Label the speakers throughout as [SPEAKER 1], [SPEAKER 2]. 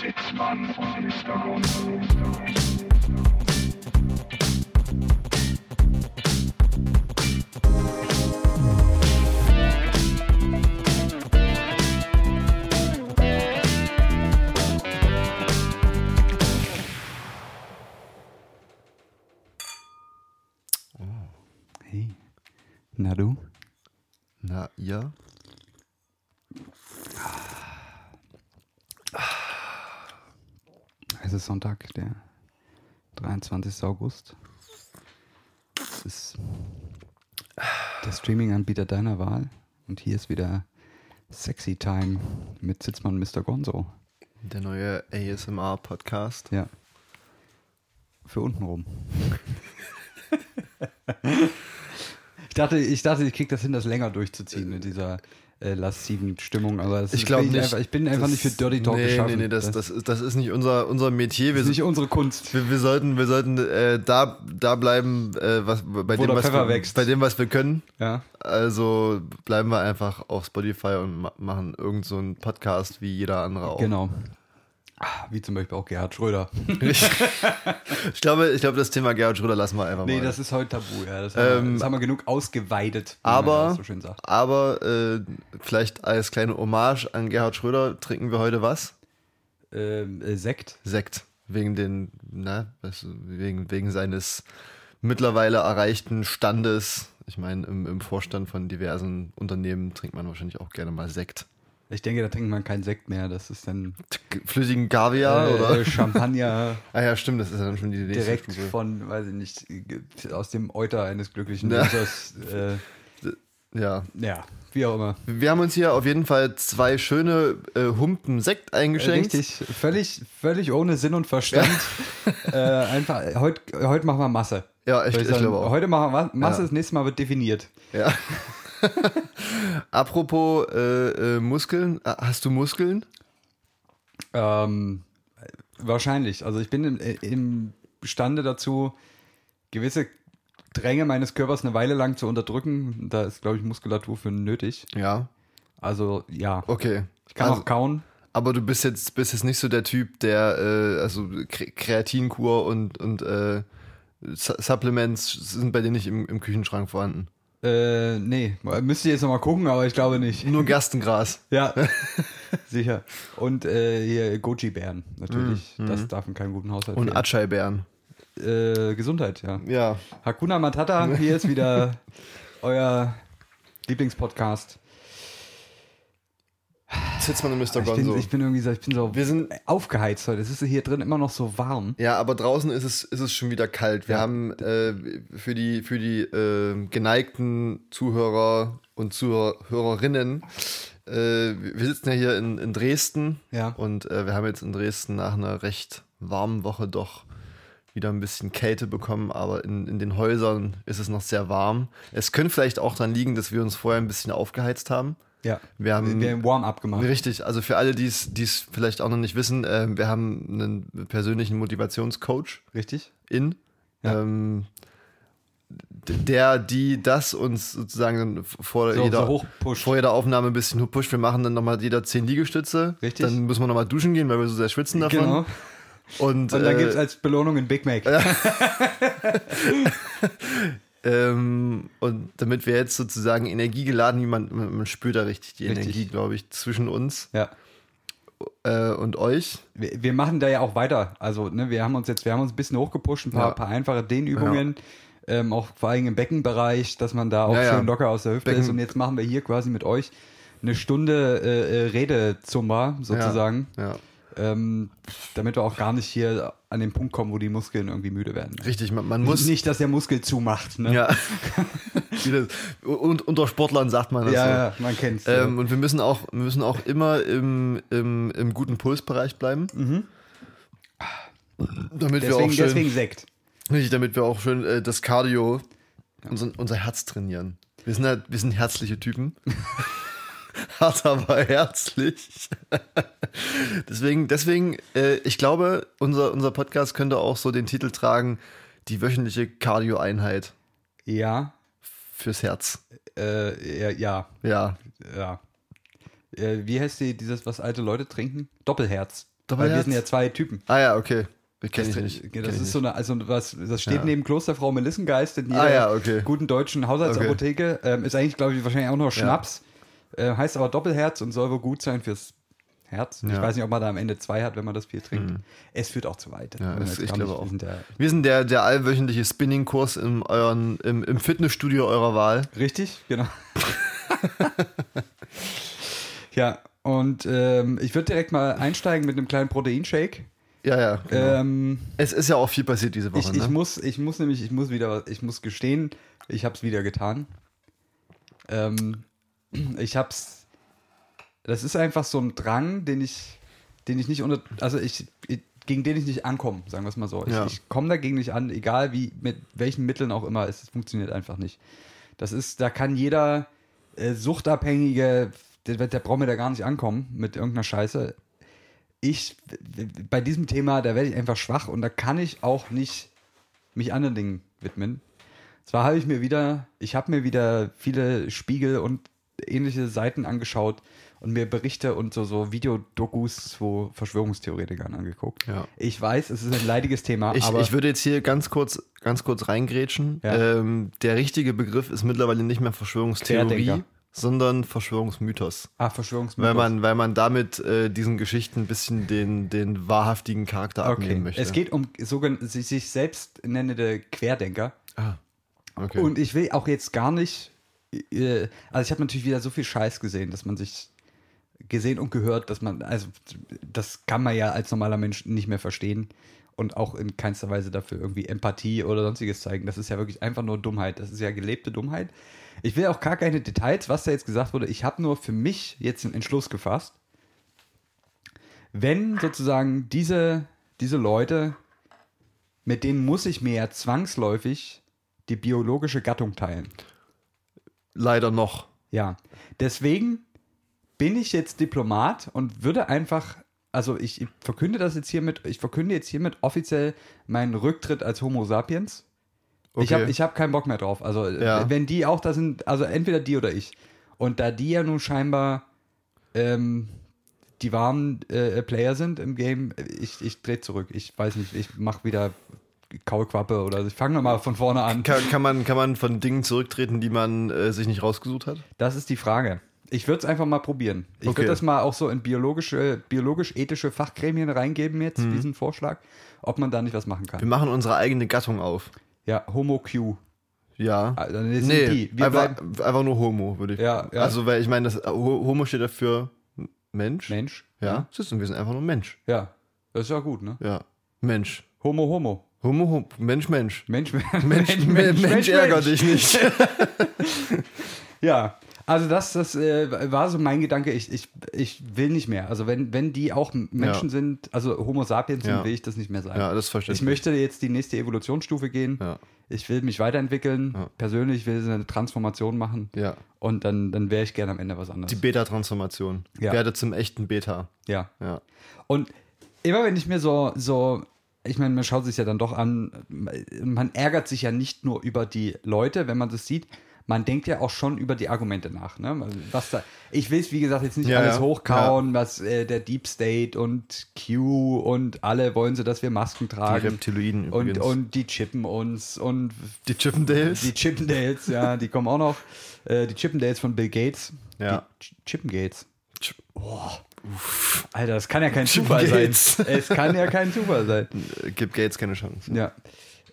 [SPEAKER 1] Sitzmann vom Hintergrund.
[SPEAKER 2] Hey. Na du?
[SPEAKER 3] Na, ja.
[SPEAKER 2] Es ist Sonntag, der 23. August. Es ist der Streaming-Anbieter deiner Wahl. Und hier ist wieder Sexy Time mit Sitzmann Mr. Gonzo.
[SPEAKER 3] Der neue ASMR-Podcast.
[SPEAKER 2] Ja. Für untenrum. ich, dachte, ich dachte, ich krieg das hin, das länger durchzuziehen mit dieser äh, lasziven Stimmung, aber es
[SPEAKER 3] Ich
[SPEAKER 2] ist-
[SPEAKER 3] glaube
[SPEAKER 2] bin
[SPEAKER 3] nicht.
[SPEAKER 2] Einfach, ich bin einfach
[SPEAKER 3] das-
[SPEAKER 2] nicht für Dirty Talk
[SPEAKER 3] nee,
[SPEAKER 2] geschaffen.
[SPEAKER 3] Nee, nee, das, das, ist- das ist nicht unser, unser Metier. Wir,
[SPEAKER 2] ist nicht unsere Kunst.
[SPEAKER 3] wir, wir sollten, wir sollten äh, da, da bleiben, äh, was, bei, dem,
[SPEAKER 2] der
[SPEAKER 3] was
[SPEAKER 2] Pfeffer
[SPEAKER 3] wir,
[SPEAKER 2] wächst.
[SPEAKER 3] bei dem, was wir können.
[SPEAKER 2] Ja.
[SPEAKER 3] Also bleiben wir einfach auf Spotify und ma machen irgendeinen so einen Podcast wie jeder andere auch.
[SPEAKER 2] Genau. Ah, Wie zum Beispiel auch Gerhard Schröder.
[SPEAKER 3] Ich glaube, ich glaube, das Thema Gerhard Schröder lassen wir einfach
[SPEAKER 2] Nee,
[SPEAKER 3] mal.
[SPEAKER 2] das ist heute tabu. Ja. Das, haben wir,
[SPEAKER 3] Ähm,
[SPEAKER 2] das haben wir genug ausgeweidet, wie man
[SPEAKER 3] aber
[SPEAKER 2] das so schön sagt.
[SPEAKER 3] aber äh, vielleicht als kleine Hommage an Gerhard Schröder trinken wir heute was?
[SPEAKER 2] Ähm, äh, Sekt.
[SPEAKER 3] Sekt. Wegen den, ne, weißt du, wegen, wegen seines mittlerweile erreichten Standes. Ich meine, im, im Vorstand von diversen Unternehmen trinkt man wahrscheinlich auch gerne mal Sekt.
[SPEAKER 2] Ich denke, da trinkt man keinen Sekt mehr. Das ist dann
[SPEAKER 3] Flüssigen Kaviar
[SPEAKER 2] äh,
[SPEAKER 3] Ah, oder?
[SPEAKER 2] Champagner
[SPEAKER 3] Ah ja, stimmt, das ist ja dann schon die nächste
[SPEAKER 2] direkt
[SPEAKER 3] Stufe.
[SPEAKER 2] von, weiß ich nicht, äh, aus dem Euter eines glücklichen
[SPEAKER 3] Ja.
[SPEAKER 2] Winters. Äh,
[SPEAKER 3] Ja.
[SPEAKER 2] ja, wie auch immer.
[SPEAKER 3] Wir haben uns hier auf jeden Fall zwei schöne äh, Humpen Sekt eingeschenkt.
[SPEAKER 2] Äh, Richtig, völlig, völlig ohne Sinn und Verstand. äh, einfach, heute heut machen wir Masse.
[SPEAKER 3] Ja, ich-
[SPEAKER 2] Soll
[SPEAKER 3] ich
[SPEAKER 2] sagen,
[SPEAKER 3] glaube auch.
[SPEAKER 2] Heute machen wir Ma- Masse,
[SPEAKER 3] Ja.
[SPEAKER 2] das nächste Mal wird definiert.
[SPEAKER 3] Ja. Apropos äh, äh, Muskeln, Ah, hast du Muskeln?
[SPEAKER 2] Ähm, wahrscheinlich. Also ich bin im, im Stande dazu, gewisse Dränge meines Körpers eine Weile lang zu unterdrücken. Da ist, glaube ich, Muskulatur für nötig.
[SPEAKER 3] Ja.
[SPEAKER 2] Also ja,
[SPEAKER 3] Okay.
[SPEAKER 2] ich kann
[SPEAKER 3] also,
[SPEAKER 2] auch kauen.
[SPEAKER 3] aber du bist jetzt, bist jetzt nicht so der Typ, der äh, also Kre- Kreatinkur und, und äh, Su- Supplements sind bei dir nicht im, im Küchenschrank vorhanden.
[SPEAKER 2] Äh, nee, müsste ich jetzt nochmal gucken, aber ich glaube nicht.
[SPEAKER 3] Nur Gerstengras.
[SPEAKER 2] Ja, sicher. Und äh, hier Goji-Bären, natürlich. Das darf in keinem guten Haushalt
[SPEAKER 3] Mhm. Und Atscheibeeren.
[SPEAKER 2] fehlen. Äh, Gesundheit, ja.
[SPEAKER 3] Ja.
[SPEAKER 2] Hakuna Matata, hier ist wieder euer Lieblingspodcast.
[SPEAKER 3] Sitzt man im Mr.
[SPEAKER 2] Ich bin,
[SPEAKER 3] Gonzo.
[SPEAKER 2] ich bin irgendwie so, ich bin so
[SPEAKER 3] Wir sind-
[SPEAKER 2] aufgeheizt heute. Es ist hier drin immer noch so warm.
[SPEAKER 3] Ja, aber draußen ist es, ist es schon wieder kalt. Wir haben äh, für die, für die äh, geneigten Zuhörer und Zuhörerinnen, äh, wir sitzen ja hier in, in Dresden
[SPEAKER 2] Ja.
[SPEAKER 3] und äh, wir haben jetzt in Dresden nach einer recht warmen Woche doch wieder ein bisschen Kälte bekommen, aber in, in den Häusern ist es noch sehr warm. Es könnte vielleicht auch daran liegen, dass wir uns vorher ein bisschen aufgeheizt haben.
[SPEAKER 2] Ja.
[SPEAKER 3] Wir haben-
[SPEAKER 2] wir haben Warm-up gemacht.
[SPEAKER 3] Richtig, also für alle, die es die es vielleicht auch noch nicht wissen, äh, wir haben einen persönlichen Motivationscoach
[SPEAKER 2] Richtig?
[SPEAKER 3] in.
[SPEAKER 2] Ja.
[SPEAKER 3] Ähm, d- der, die, das uns sozusagen dann f- vor,
[SPEAKER 2] So, so
[SPEAKER 3] jeder,
[SPEAKER 2] hoch pusht.
[SPEAKER 3] vor jeder Aufnahme ein bisschen pusht. Wir machen dann nochmal jeder 10 Liegestütze.
[SPEAKER 2] Richtig.
[SPEAKER 3] Dann müssen wir nochmal duschen gehen, weil wir so sehr schwitzen davon.
[SPEAKER 2] Genau. Und
[SPEAKER 3] Und,
[SPEAKER 2] dann
[SPEAKER 3] äh,
[SPEAKER 2] gibt es als Belohnung ein Big Mac.
[SPEAKER 3] ähm, und damit wir jetzt sozusagen Energie geladen, wie man, man man spürt da richtig die
[SPEAKER 2] Richtig.
[SPEAKER 3] Energie, glaube ich, zwischen uns
[SPEAKER 2] Ja.
[SPEAKER 3] äh, und euch.
[SPEAKER 2] Wir, wir machen da ja auch weiter. Also, ne, wir haben uns jetzt, wir haben uns ein bisschen hochgepusht, ein paar,
[SPEAKER 3] Ja.
[SPEAKER 2] paar einfache Dehnübungen. Ähm, auch vor allem im Beckenbereich, dass man da auch
[SPEAKER 3] Ja, ja.
[SPEAKER 2] schön locker aus der Hüfte
[SPEAKER 3] Becken-
[SPEAKER 2] ist. Und jetzt machen wir hier quasi mit euch eine Stunde äh, äh, Redezumba sozusagen,
[SPEAKER 3] Ja.
[SPEAKER 2] ähm, damit wir auch gar nicht hier an den Punkt kommen, wo die Muskeln irgendwie müde werden.
[SPEAKER 3] Richtig, man, man muss.
[SPEAKER 2] nicht, dass der Muskel zumacht. Ne?
[SPEAKER 3] Ja. Wie das- und unter Sportlern sagt man das so.
[SPEAKER 2] ja, ja, man kennt's.
[SPEAKER 3] Ähm, und wir müssen auch, wir müssen auch immer im, im, im guten Pulsbereich bleiben. Damit wir auch
[SPEAKER 2] Mhm. deswegen,
[SPEAKER 3] schön,
[SPEAKER 2] deswegen Sekt.
[SPEAKER 3] Richtig, damit wir auch schön äh, das Cardio, unser, unser Herz trainieren. Wir sind halt, wir sind herzliche Typen. Hart, aber herzlich. deswegen, deswegen, äh, ich glaube, unser, unser Podcast könnte auch so den Titel tragen, die wöchentliche Cardio-Einheit
[SPEAKER 2] Ja,
[SPEAKER 3] fürs Herz.
[SPEAKER 2] äh, ja, ja,
[SPEAKER 3] Ja.
[SPEAKER 2] ja. Äh, wie heißt die, dieses, was alte Leute trinken? Doppelherz.
[SPEAKER 3] Dabei
[SPEAKER 2] Weil wir
[SPEAKER 3] Herz?
[SPEAKER 2] sind ja zwei Typen.
[SPEAKER 3] ah ja, okay. Wir kennen
[SPEAKER 2] Das,
[SPEAKER 3] ihn nicht. Kenn
[SPEAKER 2] das
[SPEAKER 3] ich
[SPEAKER 2] ist so
[SPEAKER 3] nicht.
[SPEAKER 2] eine, also was, das steht
[SPEAKER 3] Ja.
[SPEAKER 2] neben Klosterfrau Melissengeist in jeder
[SPEAKER 3] Ah ja, okay.
[SPEAKER 2] guten deutschen Haushaltsapotheke. Ähm, ist eigentlich, glaube ich, wahrscheinlich auch noch Schnaps. Äh, heißt aber Doppelherz und soll wohl gut sein fürs Herz. Ich
[SPEAKER 3] Ja. Mhm.
[SPEAKER 2] weiß nicht, ob man da am Ende zwei hat, wenn man das viel trinkt. Es führt auch zu weit.
[SPEAKER 3] Ja, das, ich glaube auch.
[SPEAKER 2] Der,
[SPEAKER 3] Wir sind der, der allwöchentliche Spinning-Kurs in euren, im, im Fitnessstudio eurer Wahl.
[SPEAKER 2] richtig, genau. ja, und ähm, ich würde direkt mal einsteigen mit einem kleinen Proteinshake.
[SPEAKER 3] Ja, ja. Genau.
[SPEAKER 2] Ähm,
[SPEAKER 3] es ist ja auch viel passiert diese
[SPEAKER 2] ich,
[SPEAKER 3] Woche,
[SPEAKER 2] ich
[SPEAKER 3] ne?
[SPEAKER 2] muss, ich muss nämlich, ich muss wieder, was- ich muss gestehen, ich habe es wieder getan. Ähm, ich hab's. Das ist einfach so ein Drang, den ich, den ich nicht unter, also ich, ich gegen den ich nicht ankomme, sagen wir es mal so. Ich,
[SPEAKER 3] Ja.
[SPEAKER 2] ich komme dagegen nicht an, egal wie mit welchen Mitteln auch immer. Es funktioniert einfach nicht. Das ist, da kann jeder äh, Suchtabhängige, der, der braucht mir da gar nicht ankommen mit irgendeiner Scheiße ich, bei diesem Thema, da werde ich einfach schwach und da kann ich auch nicht mich anderen Dingen widmen. Zwar habe ich mir wieder, ich habe mir wieder viele Spiegel und ähnliche Seiten angeschaut und mir Berichte und so, so Videodokus wo Verschwörungstheoretikern angeguckt.
[SPEAKER 3] Ja.
[SPEAKER 2] Ich weiß, es ist ein leidiges Thema,
[SPEAKER 3] Ich,
[SPEAKER 2] aber
[SPEAKER 3] ich würde jetzt hier ganz kurz, ganz kurz reingrätschen.
[SPEAKER 2] Ja.
[SPEAKER 3] Ähm, der richtige Begriff ist mittlerweile nicht mehr Verschwörungstheorie,
[SPEAKER 2] Querdenker.
[SPEAKER 3] sondern Verschwörungsmythos.
[SPEAKER 2] ah,
[SPEAKER 3] Weil
[SPEAKER 2] Verschwörungsmythos.
[SPEAKER 3] man, weil man damit äh, diesen Geschichten ein bisschen den, den wahrhaftigen Charakter
[SPEAKER 2] okay.
[SPEAKER 3] abnehmen möchte.
[SPEAKER 2] Es geht um sogenannte sich sich selbst nennende Querdenker.
[SPEAKER 3] Ah, okay.
[SPEAKER 2] Und ich will auch jetzt gar nicht. äh, Also ich habe natürlich wieder so viel Scheiß gesehen, dass man sich gesehen und gehört, dass man, also das kann man ja als normaler Mensch nicht mehr verstehen und auch in keinster Weise dafür irgendwie Empathie oder sonstiges zeigen. Das ist ja wirklich einfach nur Dummheit. Das ist ja gelebte Dummheit. Ich will auch gar keine Details, was da jetzt gesagt wurde. Ich habe nur für mich jetzt einen Entschluss gefasst, wenn sozusagen diese, diese Leute, mit denen muss ich mir ja zwangsläufig die biologische Gattung teilen.
[SPEAKER 3] Leider noch.
[SPEAKER 2] Ja, deswegen bin ich jetzt Diplomat und würde einfach, also ich verkünde das jetzt hiermit, ich verkünde jetzt hiermit offiziell meinen Rücktritt als Homo sapiens. Ich
[SPEAKER 3] Okay.
[SPEAKER 2] habe ich hab keinen Bock mehr drauf. Also
[SPEAKER 3] Ja.
[SPEAKER 2] wenn die auch da sind, also entweder die oder ich. Und da die ja nun scheinbar ähm, die warmen äh, Player sind im Game, ich, ich drehe zurück. Ich weiß nicht, ich mache wieder Kaulquappe oder so. ich fange mal von vorne an.
[SPEAKER 3] Kann, kann, man, kann man von Dingen zurücktreten, die man äh, sich nicht rausgesucht hat?
[SPEAKER 2] Das ist die Frage. Ich würde es einfach mal probieren. Ich
[SPEAKER 3] Okay.
[SPEAKER 2] würde das mal auch so in biologische, biologisch-ethische Fachgremien reingeben jetzt,
[SPEAKER 3] Mhm.
[SPEAKER 2] diesen Vorschlag, ob man da nicht was machen
[SPEAKER 3] Wir
[SPEAKER 2] kann.
[SPEAKER 3] machen unsere eigene Gattung auf.
[SPEAKER 2] Ja, Homo Q.
[SPEAKER 3] Ja.
[SPEAKER 2] Also, das sind
[SPEAKER 3] nee,
[SPEAKER 2] die. Wir
[SPEAKER 3] einfach,
[SPEAKER 2] bleiben
[SPEAKER 3] einfach nur Homo, würde ich.
[SPEAKER 2] Ja, ja.
[SPEAKER 3] Also, weil ich meine, das Ho- Homo steht dafür Mensch.
[SPEAKER 2] Mensch.
[SPEAKER 3] Ja, siehst du, wir sind einfach nur Mensch.
[SPEAKER 2] Ja. Das ist ja gut, ne?
[SPEAKER 3] Ja. Mensch.
[SPEAKER 2] Homo, Homo.
[SPEAKER 3] Homo, Homo. Mensch, Mensch.
[SPEAKER 2] Mensch,
[SPEAKER 3] Mensch, Mensch, Mensch, ärger dich nicht.
[SPEAKER 2] Ja, also das, das äh, war so mein Gedanke. Ich, ich, ich will nicht mehr. Also wenn, wenn die auch Menschen
[SPEAKER 3] Ja.
[SPEAKER 2] sind, also Homo sapiens sind,
[SPEAKER 3] Ja.
[SPEAKER 2] will ich das nicht mehr sein.
[SPEAKER 3] Ja, das verstehe
[SPEAKER 2] ich möchte jetzt die nächste Evolutionsstufe gehen.
[SPEAKER 3] Ja.
[SPEAKER 2] Ich will mich weiterentwickeln.
[SPEAKER 3] Ja.
[SPEAKER 2] Persönlich will ich eine Transformation machen.
[SPEAKER 3] Ja.
[SPEAKER 2] Und dann, dann wäre ich gerne am Ende was
[SPEAKER 3] Die
[SPEAKER 2] anderes.
[SPEAKER 3] Beta-Transformation.
[SPEAKER 2] Ja.
[SPEAKER 3] Werde zum echten Beta.
[SPEAKER 2] Ja.
[SPEAKER 3] Ja.
[SPEAKER 2] Und immer wenn ich mir so, so, ich meine, man schaut sich ja dann doch an, man ärgert sich ja nicht nur über die Leute, wenn man das sieht, man denkt ja auch schon über die Argumente nach. Ne? Also Was da, ich will es, wie gesagt, jetzt nicht
[SPEAKER 3] Ja,
[SPEAKER 2] alles
[SPEAKER 3] ja.
[SPEAKER 2] hochkauen, was äh, der Deep State und Q und alle wollen so, dass wir Masken
[SPEAKER 3] Die
[SPEAKER 2] tragen.
[SPEAKER 3] Reptiloiden
[SPEAKER 2] Und,
[SPEAKER 3] übrigens.
[SPEAKER 2] und die chippen uns und
[SPEAKER 3] die Chippendales.
[SPEAKER 2] die Chippendales, ja, die kommen auch noch. Äh, die Chippendales von Bill Gates.
[SPEAKER 3] Ja.
[SPEAKER 2] Die Ch- Chippengates.
[SPEAKER 3] Chip-
[SPEAKER 2] Boah. Alter, das kann ja kein Zufall sein.
[SPEAKER 3] Chippengates.
[SPEAKER 2] Es kann ja kein Zufall sein.
[SPEAKER 3] Äh, Gibt Gates keine Chance.
[SPEAKER 2] Ja.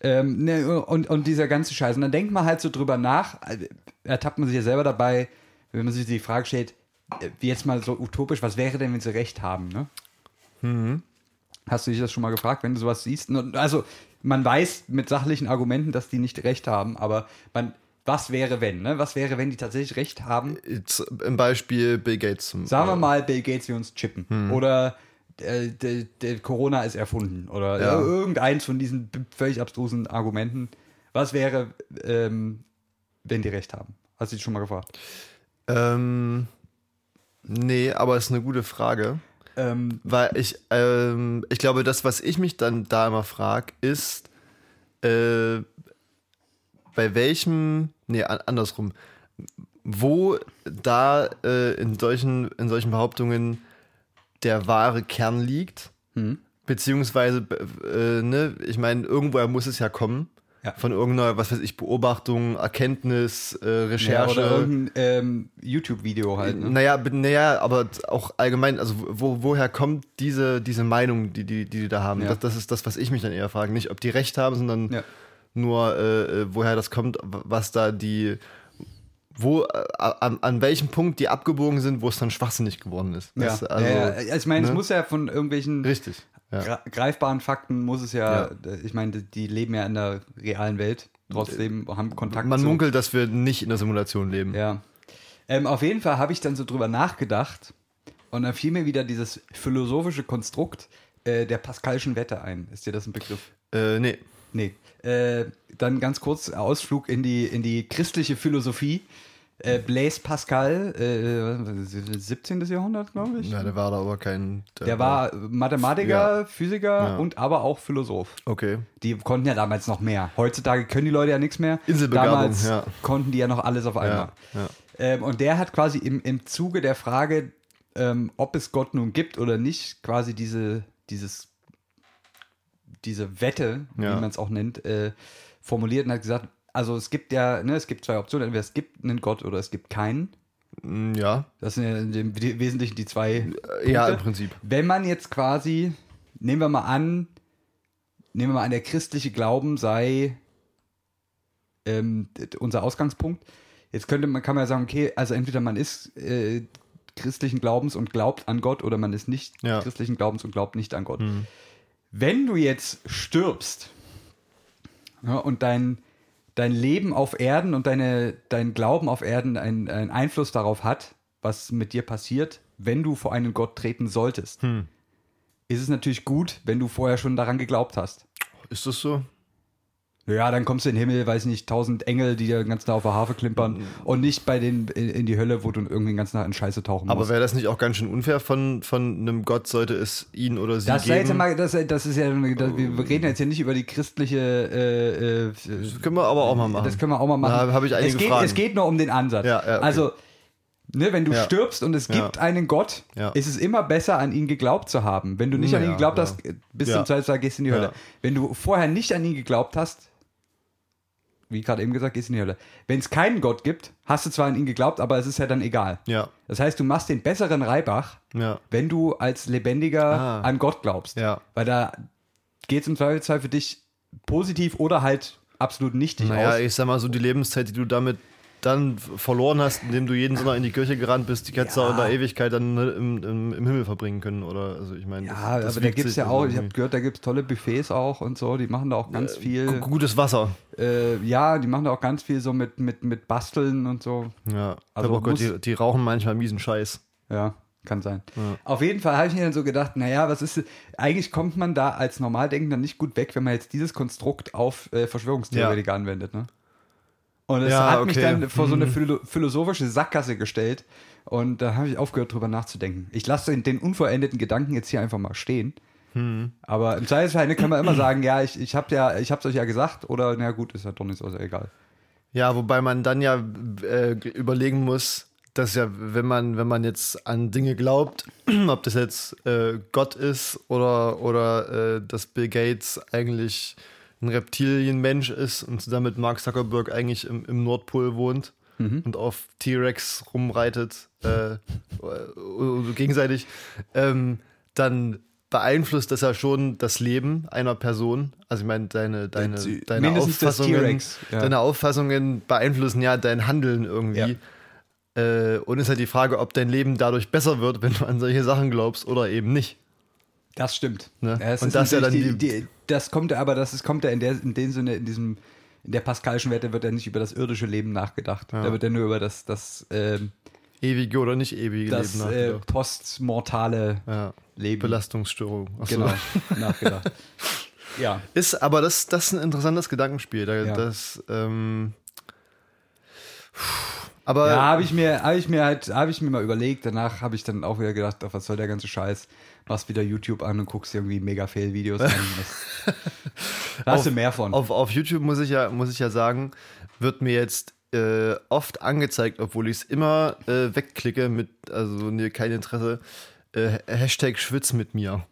[SPEAKER 2] Ähm, ne, und, und dieser ganze Scheiß. Und dann denkt man halt so drüber nach, äh, ertappt man sich ja selber dabei, wenn man sich die Frage stellt, äh, wie jetzt mal so utopisch, was wäre denn, wenn sie recht haben, ne? Hast du dich das schon mal gefragt, wenn du sowas siehst? Und Also, man weiß mit sachlichen Argumenten, dass die nicht recht haben, aber man, was wäre, wenn, ne? Was wäre, wenn die tatsächlich recht haben?
[SPEAKER 3] Jetzt, äh, Im Beispiel Bill Gates. Zum,
[SPEAKER 2] Sagen wir mal, Bill Gates will uns chippen.
[SPEAKER 3] Hm.
[SPEAKER 2] Oder äh, der- der Corona ist erfunden. Oder
[SPEAKER 3] Ja.
[SPEAKER 2] irgendeins von diesen b- völlig abstrusen Argumenten. Was wäre, ähm, wenn die recht haben? Hast du dich schon mal gefragt?
[SPEAKER 3] Ähm, nee, aber ist eine gute Frage.
[SPEAKER 2] Ähm,
[SPEAKER 3] Weil ich, ähm, ich glaube, das, was ich mich dann da immer frage, ist, äh, bei welchem, nee, an, andersrum, wo da äh, in, solchen, in solchen Behauptungen der wahre Kern liegt
[SPEAKER 2] Hm.
[SPEAKER 3] Beziehungsweise, äh, ne, ich meine, irgendwoher muss es ja kommen.
[SPEAKER 2] Ja.
[SPEAKER 3] Von irgendeiner, was weiß ich, Beobachtung, Erkenntnis, äh,
[SPEAKER 2] Ja,
[SPEAKER 3] Recherche.
[SPEAKER 2] oder irgendein ähm, YouTube-Video halt. Ne?
[SPEAKER 3] Äh, Naja, b- naja, aber auch allgemein, also wo, woher kommt diese, diese Meinung, die die, die, die da haben?
[SPEAKER 2] Ja.
[SPEAKER 3] Das, das ist das, was ich mich dann eher frage. Nicht, ob die recht haben, sondern
[SPEAKER 2] Ja.
[SPEAKER 3] nur, äh, äh, woher das kommt, w- was da die, wo, äh, an, an welchem Punkt die abgebogen sind, wo es dann schwachsinnig geworden ist.
[SPEAKER 2] Ja.
[SPEAKER 3] Weißt du, also,
[SPEAKER 2] ja, ja, ich meine, es
[SPEAKER 3] ne?
[SPEAKER 2] muss ja von irgendwelchen
[SPEAKER 3] Richtig. Ja.
[SPEAKER 2] gra- greifbaren Fakten muss es ja,
[SPEAKER 3] Ja.
[SPEAKER 2] d- ich meine, die, die leben ja in der realen Welt, trotzdem haben Kontakt
[SPEAKER 3] Man
[SPEAKER 2] zu.
[SPEAKER 3] munkelt, dass wir nicht in der Simulation leben.
[SPEAKER 2] Ja. Ähm, auf jeden Fall habe ich dann so drüber nachgedacht und dann fiel mir wieder dieses philosophische Konstrukt äh, der Pascalschen Wette ein. Ist dir das ein Begriff?
[SPEAKER 3] Äh, nee.
[SPEAKER 2] Nee. Äh, dann ganz kurz Ausflug in die, in die christliche Philosophie. Äh, Blaise Pascal, äh, 17. Jahrhundert, glaube ich.
[SPEAKER 3] Ja, der war da aber kein.
[SPEAKER 2] Der war Mathematiker, Physiker
[SPEAKER 3] Ja.
[SPEAKER 2] und aber auch Philosoph.
[SPEAKER 3] Okay.
[SPEAKER 2] Die konnten ja damals noch mehr. Heutzutage können die Leute ja nichts mehr.
[SPEAKER 3] Inselbegabung,
[SPEAKER 2] damals
[SPEAKER 3] ja.
[SPEAKER 2] konnten die ja noch alles auf einmal.
[SPEAKER 3] Ja, ja.
[SPEAKER 2] Ähm, und der hat quasi im, im Zuge der Frage, ähm, ob es Gott nun gibt oder nicht, quasi diese, dieses, diese Wette,
[SPEAKER 3] Ja.
[SPEAKER 2] wie man es auch nennt, äh, formuliert und hat gesagt, also es gibt ja, ne, es gibt zwei Optionen, entweder es gibt einen Gott oder es gibt keinen.
[SPEAKER 3] Mm, Ja.
[SPEAKER 2] Das sind ja im Wesentlichen die zwei
[SPEAKER 3] Äh, Ja, im
[SPEAKER 2] Punkte.
[SPEAKER 3] Prinzip.
[SPEAKER 2] Wenn man jetzt quasi, nehmen wir mal an, nehmen wir mal an, der christliche Glauben sei ähm, d- unser Ausgangspunkt. Jetzt könnte man, kann man ja sagen, okay, also entweder man ist äh, christlichen Glaubens und glaubt an Gott oder man ist nicht
[SPEAKER 3] Ja.
[SPEAKER 2] christlichen Glaubens und glaubt nicht an Gott. Wenn du jetzt stirbst ja, und dein, dein Leben auf Erden und deine, dein Glauben auf Erden einen, einen Einfluss darauf hat, was mit dir passiert, wenn du vor einen Gott treten solltest, ist es natürlich gut, wenn du vorher schon daran geglaubt hast.
[SPEAKER 3] Ist das so?
[SPEAKER 2] Ja, dann kommst du in den Himmel, weiß nicht, tausend Engel, die dir den ganzen Tag auf der Harfe klimpern und nicht bei den in, in die Hölle, wo du irgendwie den ganzen Tag in Scheiße tauchen
[SPEAKER 3] Aber
[SPEAKER 2] musst.
[SPEAKER 3] wäre das nicht auch ganz schön unfair von, von einem Gott, sollte es ihn oder sie
[SPEAKER 2] Das, sei jetzt
[SPEAKER 3] geben?
[SPEAKER 2] mal, das, das ist ja, das, wir reden jetzt hier nicht über die christliche äh, äh,
[SPEAKER 3] das können wir aber auch mal machen.
[SPEAKER 2] Das können wir auch mal machen.
[SPEAKER 3] Ähm, Da habe ich einige
[SPEAKER 2] es geht,
[SPEAKER 3] Fragen.
[SPEAKER 2] Es geht nur um den Ansatz.
[SPEAKER 3] Ja, ja, okay.
[SPEAKER 2] Also, ne, wenn du
[SPEAKER 3] Ja.
[SPEAKER 2] stirbst und es
[SPEAKER 3] Ja.
[SPEAKER 2] gibt einen Gott,
[SPEAKER 3] Ja.
[SPEAKER 2] ist es immer besser, an ihn geglaubt zu haben. Wenn du nicht an ihn
[SPEAKER 3] Ja,
[SPEAKER 2] geglaubt
[SPEAKER 3] ja.
[SPEAKER 2] hast, bist du
[SPEAKER 3] Ja.
[SPEAKER 2] im Zweifelsfall, gehst in die Hölle.
[SPEAKER 3] Ja.
[SPEAKER 2] Wenn du vorher nicht an ihn geglaubt hast, wie gerade eben gesagt, gehst in die Hölle. Wenn es keinen Gott gibt, hast du zwar an ihn geglaubt, aber es ist ja dann egal.
[SPEAKER 3] ja,
[SPEAKER 2] Das heißt, du machst den besseren Reibach,
[SPEAKER 3] ja,
[SPEAKER 2] wenn du als Lebendiger
[SPEAKER 3] Ah.
[SPEAKER 2] an Gott glaubst.
[SPEAKER 3] ja.
[SPEAKER 2] Weil da geht es im Zweifelsfall für dich positiv oder halt absolut nichtig aus.
[SPEAKER 3] Naja, ich sag mal so, die Lebenszeit, die du damit dann f- verloren hast, indem du jeden Sonntag in die Kirche gerannt bist, die kannst du
[SPEAKER 2] Ja.
[SPEAKER 3] auch in der Ewigkeit dann ne, im, im, im Himmel verbringen können, oder? Also ich meine,
[SPEAKER 2] Ja,
[SPEAKER 3] das, das
[SPEAKER 2] aber da
[SPEAKER 3] wiegt
[SPEAKER 2] gibt es
[SPEAKER 3] sich
[SPEAKER 2] ja
[SPEAKER 3] also
[SPEAKER 2] auch, ich habe
[SPEAKER 3] irgendwie.
[SPEAKER 2] gehört, da gibt es tolle Buffets auch und so, die machen da auch ganz
[SPEAKER 3] Gu-
[SPEAKER 2] viel,
[SPEAKER 3] gutes Wasser.
[SPEAKER 2] äh, ja, die machen da auch ganz viel so mit, mit, mit Basteln und so,
[SPEAKER 3] Ja.
[SPEAKER 2] Also
[SPEAKER 3] aber Gott,
[SPEAKER 2] muss-
[SPEAKER 3] die, die rauchen manchmal miesen Scheiß.
[SPEAKER 2] ja, kann sein. Auf jeden Fall habe ich mir dann so gedacht, naja, was ist, eigentlich kommt man da als Normaldenkender nicht gut weg, wenn man jetzt dieses Konstrukt auf äh, Verschwörungstheoretiker anwendet, ne? Und das
[SPEAKER 3] Ja,
[SPEAKER 2] hat mich
[SPEAKER 3] okay. Mhm.
[SPEAKER 2] dann vor so eine philo philosophische Sackgasse gestellt und da habe ich aufgehört, drüber nachzudenken. Ich lasse den, den unvollendeten Gedanken jetzt hier einfach mal stehen.
[SPEAKER 3] Hm.
[SPEAKER 2] Aber im Zweifelsfall ne, kann man immer sagen, ja, ich, ich habe ja, ich hab's euch ja gesagt oder na gut, ist ja doch nicht so also egal.
[SPEAKER 3] Ja, wobei man dann ja äh, überlegen muss, dass ja, wenn man, wenn man jetzt an Dinge glaubt, ob das jetzt äh, Gott ist oder, oder äh, dass Bill Gates eigentlich ein Reptilienmensch ist und zusammen mit Mark Zuckerberg eigentlich im, im Nordpol wohnt
[SPEAKER 2] Mhm.
[SPEAKER 3] und auf T-Rex rumreitet, äh, äh, gegenseitig, ähm, dann beeinflusst das ja schon das Leben einer Person. Also ich meine, deine, deine,
[SPEAKER 2] Äh, Sie-
[SPEAKER 3] deine
[SPEAKER 2] mindestens das
[SPEAKER 3] Auffassungen,
[SPEAKER 2] T-Rex, ja.
[SPEAKER 3] deine Auffassungen beeinflussen ja dein Handeln irgendwie. Äh, und ist halt die Frage, ob dein Leben dadurch besser wird, wenn du an solche Sachen glaubst oder eben nicht.
[SPEAKER 2] Das stimmt.
[SPEAKER 3] Ne?
[SPEAKER 2] Ja, es
[SPEAKER 3] Und
[SPEAKER 2] ist
[SPEAKER 3] das ist ja
[SPEAKER 2] natürlich
[SPEAKER 3] dann
[SPEAKER 2] die, die, das kommt ja aber, das ist, kommt ja in, der, in dem Sinne, in diesem, in der Pascalschen Wette wird ja nicht über das irdische Leben nachgedacht. Da wird ja nur über das, das, ähm,
[SPEAKER 3] Ewige oder nicht ewige
[SPEAKER 2] das
[SPEAKER 3] Leben
[SPEAKER 2] äh,
[SPEAKER 3] nachgedacht.
[SPEAKER 2] postmortale
[SPEAKER 3] ja.
[SPEAKER 2] Leben
[SPEAKER 3] Belastungsstörung. Ach so.
[SPEAKER 2] genau, nachgedacht. Ja.
[SPEAKER 3] Ist, aber das, das ist ein interessantes Gedankenspiel. Da,
[SPEAKER 2] Ja.
[SPEAKER 3] Das, ähm, puh. aber
[SPEAKER 2] Ja, habe ich mir, habe ich mir halt, habe ich mir mal überlegt. Danach habe ich dann auch wieder gedacht, ach, was soll der ganze Scheiß? Machst wieder YouTube an und guckst dir irgendwie mega Fail-Videos an. Das, da hast du mehr von.
[SPEAKER 3] Auf, auf YouTube muss ich ja, muss ich ja sagen, wird mir jetzt äh, oft angezeigt, obwohl ich es immer äh, wegklicke mit, also nee, kein Interesse, äh, Hashtag Schwitz mit mir.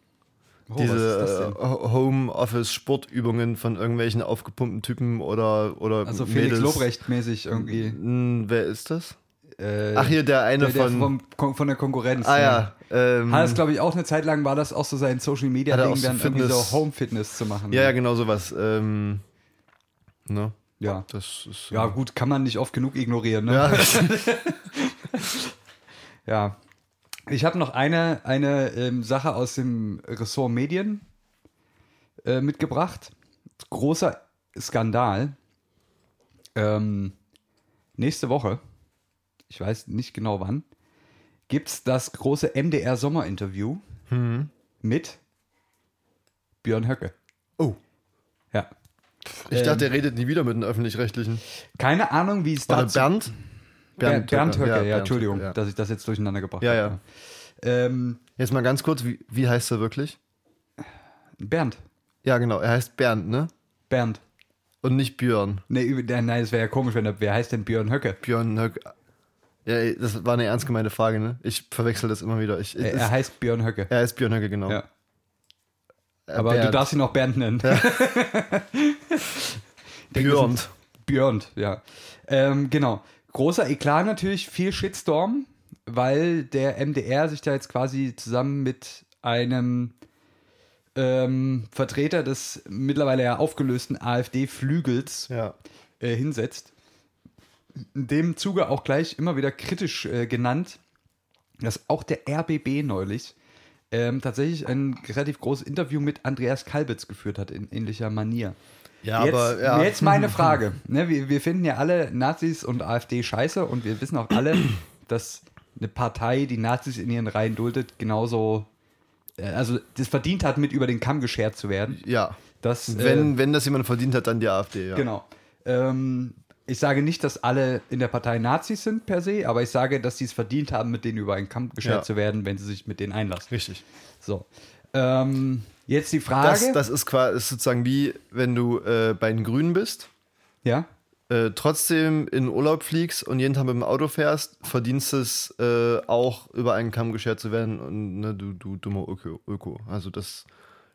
[SPEAKER 2] Oh, was ist das
[SPEAKER 3] diese
[SPEAKER 2] denn?
[SPEAKER 3] Homeoffice-Sportübungen von irgendwelchen aufgepumpten Typen oder, oder
[SPEAKER 2] Also Felix
[SPEAKER 3] Mädels.
[SPEAKER 2] Lobrecht-mäßig irgendwie.
[SPEAKER 3] Hm, Wer ist das?
[SPEAKER 2] Äh,
[SPEAKER 3] Ach, hier der eine
[SPEAKER 2] der, der
[SPEAKER 3] von.
[SPEAKER 2] vom, Kon- von der Konkurrenz.
[SPEAKER 3] ah
[SPEAKER 2] ne?
[SPEAKER 3] ja. Ähm,
[SPEAKER 2] Hat das, glaube ich, auch eine Zeit lang war das auch so sein Social Media
[SPEAKER 3] Hat er
[SPEAKER 2] Ding,
[SPEAKER 3] auch so
[SPEAKER 2] dann irgendwie
[SPEAKER 3] Fitness-
[SPEAKER 2] so Home Fitness zu machen.
[SPEAKER 3] ja, ja, genau sowas. Ähm, ne?
[SPEAKER 2] ja.
[SPEAKER 3] Das ist.
[SPEAKER 2] Ja, gut, kann man nicht oft genug ignorieren, ne?
[SPEAKER 3] genau. Ja.
[SPEAKER 2] Ja. Ich habe noch eine, eine ähm, Sache aus dem Ressort Medien äh, mitgebracht. Großer Skandal. Ähm, nächste Woche, ich weiß nicht genau wann, gibt es das große MDR-Sommerinterview
[SPEAKER 3] Mhm.
[SPEAKER 2] mit Björn Höcke.
[SPEAKER 3] Oh.
[SPEAKER 2] Ja.
[SPEAKER 3] Ich dachte, der redet nie wieder mit den öffentlich-rechtlichen.
[SPEAKER 2] Keine Ahnung, wie es
[SPEAKER 3] Oder
[SPEAKER 2] Ähm. dazu
[SPEAKER 3] Bernd?
[SPEAKER 2] Bernd, Bernd Höcke, ja,
[SPEAKER 3] Bernd
[SPEAKER 2] Entschuldigung,
[SPEAKER 3] Höcke, ja.
[SPEAKER 2] dass ich das jetzt durcheinander gebracht
[SPEAKER 3] Ja,
[SPEAKER 2] habe. Ja. Ähm,
[SPEAKER 3] Jetzt mal ganz kurz, wie, wie heißt er wirklich?
[SPEAKER 2] Bernd,
[SPEAKER 3] Ja, genau, er heißt Bernd, ne?
[SPEAKER 2] Bernd.
[SPEAKER 3] Und nicht Björn.
[SPEAKER 2] Nee, üb- nein, nein, das wäre ja komisch, wenn der, wer heißt denn Björn Höcke?
[SPEAKER 3] Björn Höck. Ja, ey, das war eine ernst gemeinte Frage, ne? Ich verwechsel das immer wieder. Ich,
[SPEAKER 2] Äh, Er,
[SPEAKER 3] es-
[SPEAKER 2] er heißt Björn Höcke.
[SPEAKER 3] er heißt Björn Höcke, genau. Äh,
[SPEAKER 2] Ja. Aber du
[SPEAKER 3] Bernd.
[SPEAKER 2] darfst ihn auch Bernd nennen.
[SPEAKER 3] Björn.
[SPEAKER 2] Björn, ja. Ähm, genau. Großer Eklat natürlich, viel Shitstorm, weil der MDR sich da jetzt quasi zusammen mit einem ähm, Vertreter des mittlerweile ja aufgelösten AfD-Flügels
[SPEAKER 3] Ja.
[SPEAKER 2] äh, hinsetzt. In dem Zuge auch gleich immer wieder kritisch äh, genannt, dass auch der RBB neulich ähm, tatsächlich ein relativ großes Interview mit Andreas Kalbitz geführt hat in ähnlicher Manier.
[SPEAKER 3] Ja,
[SPEAKER 2] jetzt,
[SPEAKER 3] aber ja.
[SPEAKER 2] jetzt meine Frage. Ne, wir, wir finden ja alle Nazis und AfD scheiße und wir wissen auch alle, dass eine Partei, die Nazis in ihren Reihen duldet, genauso, äh, also das verdient hat, mit über den Kamm geschert zu werden.
[SPEAKER 3] ja.
[SPEAKER 2] Dass, äh,
[SPEAKER 3] Wenn, wenn das jemand verdient hat, dann die AfD, ja.
[SPEAKER 2] Genau. Ähm, ich sage nicht, dass alle in der Partei Nazis sind per se, aber ich sage, dass sie es verdient haben, mit denen über einen Kampf geschert
[SPEAKER 3] Ja.
[SPEAKER 2] zu werden, wenn sie sich mit denen einlassen.
[SPEAKER 3] Richtig.
[SPEAKER 2] So. Ähm, jetzt die Frage.
[SPEAKER 3] Das, das ist quasi ist sozusagen wie, wenn du äh, bei den Grünen bist,
[SPEAKER 2] ja?
[SPEAKER 3] äh, trotzdem in Urlaub fliegst und jeden Tag mit dem Auto fährst, verdienst es äh, auch über einen Kamm geschert zu werden und ne, du, du dummer Öko, Öko. Also das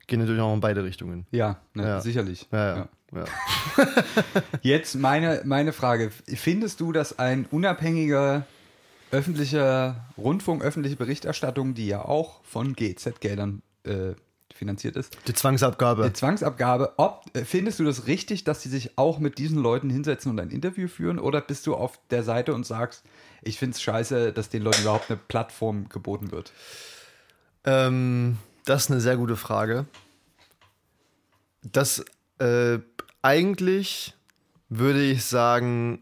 [SPEAKER 3] geht natürlich auch in beide Richtungen.
[SPEAKER 2] Ja, ne,
[SPEAKER 3] Ja.
[SPEAKER 2] sicherlich.
[SPEAKER 3] Ja,
[SPEAKER 2] Ja.
[SPEAKER 3] ja. ja.
[SPEAKER 2] Jetzt meine, meine Frage. Findest du, dass ein unabhängiger öffentlicher Rundfunk, öffentliche Berichterstattung, die ja auch von GZ-Geldern äh, finanziert ist,
[SPEAKER 3] Die Zwangsabgabe.
[SPEAKER 2] Die Äh, Zwangsabgabe, ob äh, findest du das richtig, dass sie sich auch mit diesen Leuten hinsetzen und ein Interview führen? Oder bist du auf der Seite und sagst, ich finde es scheiße, dass den Leuten überhaupt eine Plattform geboten wird?
[SPEAKER 3] Ähm, das ist eine sehr gute Frage. Das äh, eigentlich würde ich sagen,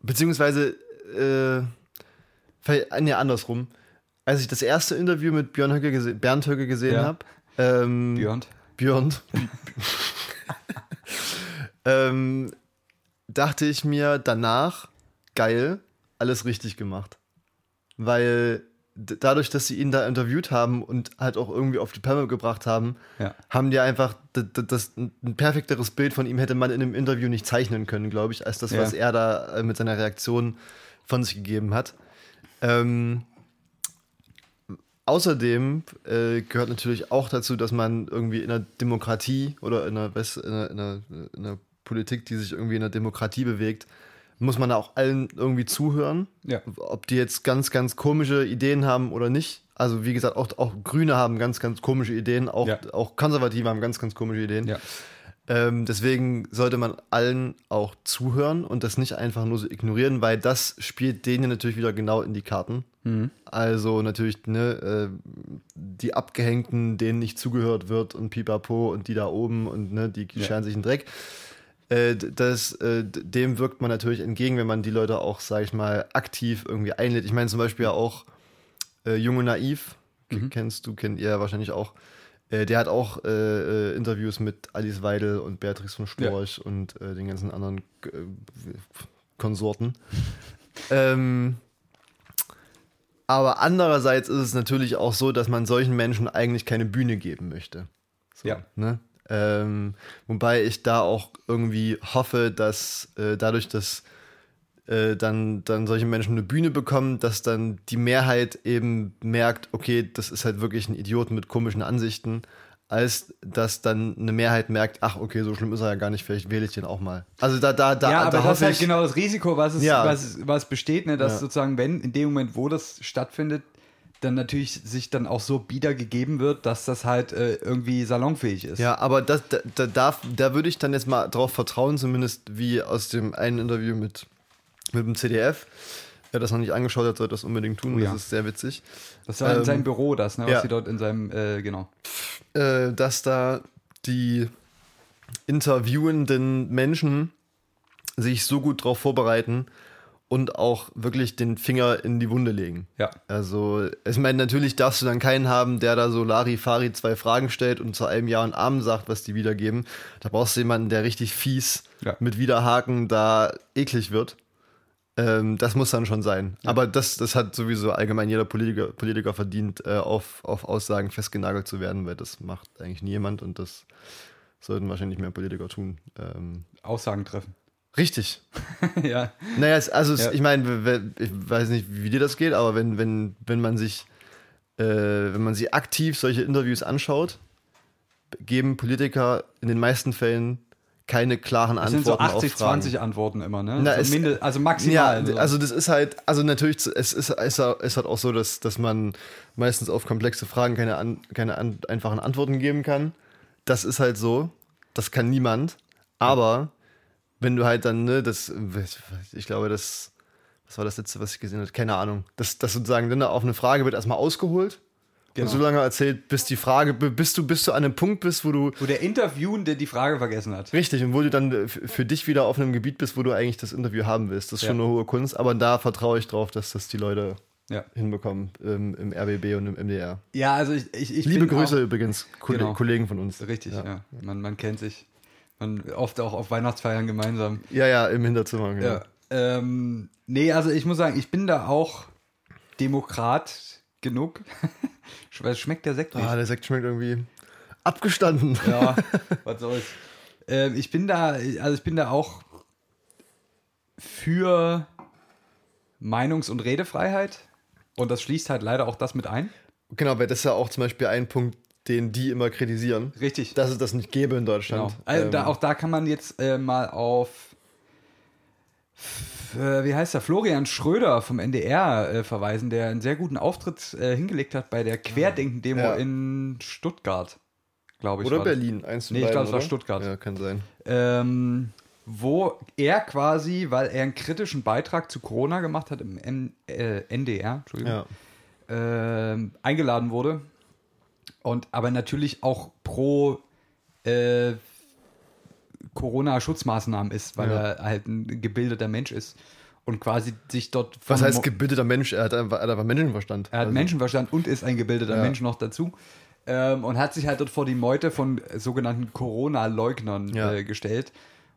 [SPEAKER 3] beziehungsweise, äh, vielleicht, äh, nee, andersrum. Als ich das erste Interview mit Björn Höcke gese Bernd Höcke gesehen
[SPEAKER 2] Ja.
[SPEAKER 3] habe, ähm,
[SPEAKER 2] Björn?
[SPEAKER 3] Björn. ähm, dachte ich mir danach, geil, alles richtig gemacht. Weil d- dadurch, dass sie ihn da interviewt haben und halt auch irgendwie auf die Pampe gebracht haben,
[SPEAKER 2] Ja.
[SPEAKER 3] haben die einfach d- d- das, ein perfekteres Bild von ihm hätte man in einem Interview nicht zeichnen können, glaube ich, als das,
[SPEAKER 2] Ja.
[SPEAKER 3] was er da äh, mit seiner Reaktion von sich gegeben hat. Ähm, Außerdem äh, gehört natürlich auch dazu, dass man irgendwie in einer Demokratie oder in einer, West, in, einer, in, einer, in einer Politik, die sich irgendwie in einer Demokratie bewegt, muss man da auch allen irgendwie zuhören.
[SPEAKER 2] Ja.
[SPEAKER 3] Ob die jetzt ganz, ganz komische Ideen haben oder nicht. Also wie gesagt, auch, auch Grüne haben ganz, ganz komische Ideen, auch,
[SPEAKER 2] Ja.
[SPEAKER 3] auch Konservative haben ganz, ganz komische Ideen.
[SPEAKER 2] Ja.
[SPEAKER 3] Ähm, deswegen sollte man allen auch zuhören und das nicht einfach nur so ignorieren, weil das spielt denen natürlich wieder genau in die Karten. Also natürlich ne, äh, die Abgehängten, denen nicht zugehört wird und pipapo und die da oben und ne, die
[SPEAKER 2] Ja.
[SPEAKER 3] scheren sich einen Dreck. Äh, d- das, äh, d- dem wirkt man natürlich entgegen, wenn man die Leute auch, sag ich mal, aktiv irgendwie einlädt. Ich meine zum Beispiel ja auch äh, Junge Naiv, k- kennst du, kennt ihr ja wahrscheinlich auch. Äh, der hat auch äh, äh, Interviews mit Alice Weidel und Beatrix von Storch und äh, den ganzen anderen äh, Konsorten. ähm, aber andererseits ist es natürlich auch so, dass man solchen Menschen eigentlich keine Bühne geben möchte. So,
[SPEAKER 2] Ja.
[SPEAKER 3] Ne? Ähm, wobei ich da auch irgendwie hoffe, dass äh, dadurch, dass äh, dann, dann solche Menschen eine Bühne bekommen, dass dann die Mehrheit eben merkt, okay, das ist halt wirklich ein Idiot mit komischen Ansichten, als dass dann eine Mehrheit merkt, ach, okay, so schlimm ist er ja gar nicht, vielleicht wähle ich den auch mal. Also da, da, da,
[SPEAKER 2] ja,
[SPEAKER 3] da
[SPEAKER 2] aber das ist halt genau das Risiko, was, es,
[SPEAKER 3] Ja.
[SPEAKER 2] was, was besteht, ne? dass
[SPEAKER 3] Ja.
[SPEAKER 2] sozusagen, wenn in dem Moment, wo das stattfindet, dann natürlich sich dann auch so bieder gegeben wird, dass das halt äh, irgendwie salonfähig ist.
[SPEAKER 3] Ja, aber das, da, da, darf, da würde ich dann jetzt mal drauf vertrauen, zumindest wie aus dem einen Interview mit, mit dem CDF. Wer das noch nicht angeschaut hat, sollte das unbedingt tun.
[SPEAKER 2] Oh ja.
[SPEAKER 3] Das ist sehr witzig.
[SPEAKER 2] Das war in
[SPEAKER 3] Ähm,
[SPEAKER 2] seinem Büro das, ne? was
[SPEAKER 3] ja.
[SPEAKER 2] sie dort in seinem, äh, genau.
[SPEAKER 3] äh, dass da die interviewenden Menschen sich so gut drauf vorbereiten und auch wirklich den Finger in die Wunde legen.
[SPEAKER 2] Ja.
[SPEAKER 3] Also, ich meine, natürlich darfst du dann keinen haben, der da so Larifari zwei Fragen stellt und zu einem Ja und Amen sagt, was die wiedergeben. Da brauchst du jemanden, der richtig fies
[SPEAKER 2] Ja.
[SPEAKER 3] mit Widerhaken da eklig wird. Ähm, das muss dann schon sein. Aber das, das hat sowieso allgemein jeder Politiker, Politiker verdient, äh, auf, auf Aussagen festgenagelt zu werden, weil das macht eigentlich nie jemand und das sollten wahrscheinlich mehr Politiker tun. Ähm,
[SPEAKER 2] Aussagen treffen.
[SPEAKER 3] richtig.
[SPEAKER 2] ja.
[SPEAKER 3] Naja, es, also es,
[SPEAKER 2] Ja.
[SPEAKER 3] ich meine, we- we- ich weiß nicht, wie dir das geht, aber wenn, wenn, wenn man sich, äh, wenn man sich aktiv solche Interviews anschaut, geben Politiker in den meisten Fällen keine klaren
[SPEAKER 2] Das
[SPEAKER 3] Antworten
[SPEAKER 2] sind so
[SPEAKER 3] auf Fragen.
[SPEAKER 2] 80-20 Antworten immer, ne?
[SPEAKER 3] Na,
[SPEAKER 2] so
[SPEAKER 3] es-
[SPEAKER 2] minde- also
[SPEAKER 3] Ja,
[SPEAKER 2] maximal. so.
[SPEAKER 3] also das ist halt, also natürlich, zu- es ist, es ist halt auch so, dass, dass man meistens auf komplexe Fragen keine, an, keine an, einfachen Antworten geben kann. Das ist halt so, das kann niemand. Aber wenn du halt dann, ne, das, ich glaube, das, was war das letzte, was ich gesehen habe? Keine Ahnung. Das, das sozusagen, dann auf eine Frage wird erstmal ausgeholt
[SPEAKER 2] Genau.
[SPEAKER 3] und so lange erzählt, bis die Frage, bis du, bis du an einem Punkt bist, wo du
[SPEAKER 2] wo der Interviewende die Frage vergessen hat.
[SPEAKER 3] Richtig, und wo du dann äh, f- für dich wieder auf einem Gebiet bist, wo du eigentlich das Interview haben willst. Das ist
[SPEAKER 2] Ja.
[SPEAKER 3] schon eine hohe Kunst, aber da vertraue ich drauf, dass das die Leute
[SPEAKER 2] Ja,
[SPEAKER 3] hinbekommen ähm, im RBB und im MDR.
[SPEAKER 2] ja also ich, ich, ich
[SPEAKER 3] Liebe
[SPEAKER 2] bin
[SPEAKER 3] Grüße übrigens, Kole-
[SPEAKER 2] Genau.
[SPEAKER 3] Kollegen von uns.
[SPEAKER 2] Auch, richtig, ja.
[SPEAKER 3] Ja,
[SPEAKER 2] Man, man kennt sich. Man oft auch auf Weihnachtsfeiern gemeinsam.
[SPEAKER 3] ja, ja, im Hinterzimmer. Genau.
[SPEAKER 2] Ja. Ähm, nee, also ich muss sagen, ich bin da auch Demokrat genug. Sch- Weil es schmeckt der Sekt nicht.
[SPEAKER 3] Ah, der Sekt schmeckt irgendwie abgestanden.
[SPEAKER 2] Ja, was soll's. Ähm, ich bin da, also ich bin da auch für Meinungs- und Redefreiheit. Und das schließt halt leider auch das mit ein.
[SPEAKER 3] Genau, weil das ist ja auch zum Beispiel ein Punkt, den die immer kritisieren,
[SPEAKER 2] Richtig.
[SPEAKER 3] dass es das nicht gäbe in Deutschland.
[SPEAKER 2] Genau. Also
[SPEAKER 3] Ähm,
[SPEAKER 2] da, auch da kann man jetzt äh, mal auf, f- äh, wie heißt er, Florian Schröder vom NDR äh, verweisen, der einen sehr guten Auftritt äh, hingelegt hat bei der Querdenken-Demo
[SPEAKER 3] Ja.
[SPEAKER 2] in Stuttgart, glaube ich.
[SPEAKER 3] oder
[SPEAKER 2] war das.
[SPEAKER 3] Berlin, eins zu
[SPEAKER 2] Nee, ich
[SPEAKER 3] beiden,
[SPEAKER 2] glaube, es war
[SPEAKER 3] oder?
[SPEAKER 2] Stuttgart.
[SPEAKER 3] Ja, kann sein.
[SPEAKER 2] ähm, wo er quasi, weil er einen kritischen Beitrag zu Corona gemacht hat im M äh, NDR, Entschuldigung,
[SPEAKER 3] Ja.
[SPEAKER 2] ähm, eingeladen wurde. Und aber natürlich auch pro äh, Corona-Schutzmaßnahmen ist, weil
[SPEAKER 3] Ja.
[SPEAKER 2] er halt ein gebildeter Mensch ist und quasi sich dort von
[SPEAKER 3] Was heißt
[SPEAKER 2] Mo-
[SPEAKER 3] gebildeter Mensch? Er hat einfach, er hat einfach Menschenverstand.
[SPEAKER 2] er hat
[SPEAKER 3] Also-
[SPEAKER 2] Menschenverstand und ist ein gebildeter
[SPEAKER 3] Ja.
[SPEAKER 2] Mensch noch dazu. Ähm, und hat sich halt dort vor die Meute von sogenannten Corona-Leugnern
[SPEAKER 3] Ja.
[SPEAKER 2] äh, gestellt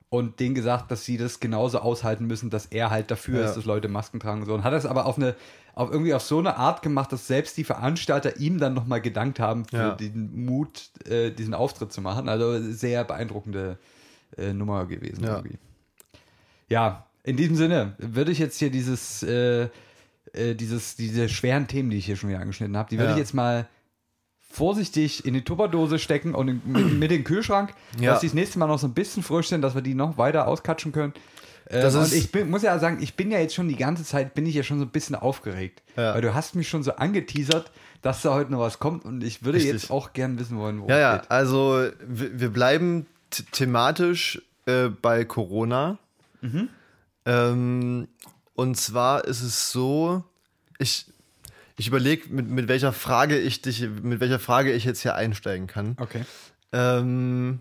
[SPEAKER 2] und denen gesagt, dass sie das genauso aushalten müssen, dass er halt dafür
[SPEAKER 3] Ja.
[SPEAKER 2] ist, dass Leute Masken tragen sollen. Hat das aber auf eine, auf irgendwie auf so eine Art gemacht, dass selbst die Veranstalter ihm dann nochmal gedankt haben für
[SPEAKER 3] Ja.
[SPEAKER 2] den Mut, äh, diesen Auftritt zu machen. Also sehr beeindruckende äh, Nummer gewesen.
[SPEAKER 3] Ja.
[SPEAKER 2] Irgendwie. Ja, in diesem Sinne würde ich jetzt hier dieses, äh, äh, dieses, diese schweren Themen, die ich hier schon wieder angeschnitten habe, die würde
[SPEAKER 3] Ja.
[SPEAKER 2] ich jetzt mal vorsichtig in die Tupperdose stecken und in, mit, mit in den Kühlschrank,
[SPEAKER 3] Ja.
[SPEAKER 2] dass die das nächste Mal noch so ein bisschen frisch sind, dass wir die noch weiter auskatschen können. Ähm,
[SPEAKER 3] Das
[SPEAKER 2] und
[SPEAKER 3] ist-
[SPEAKER 2] ich bin, muss ja sagen, ich bin ja jetzt schon die ganze Zeit, bin ich ja schon so ein bisschen aufgeregt.
[SPEAKER 3] Ja.
[SPEAKER 2] Weil du hast mich schon so angeteasert, dass da heute noch was kommt und ich würde
[SPEAKER 3] Richtig.
[SPEAKER 2] jetzt auch gern wissen wollen, wo
[SPEAKER 3] Ja, ja, also wir, wir bleiben th- thematisch äh, bei Corona. Ähm, und zwar ist es so, ich, ich überlege, mit, mit welcher Frage ich dich, mit welcher Frage ich jetzt hier einsteigen kann.
[SPEAKER 2] Okay.
[SPEAKER 3] Ähm,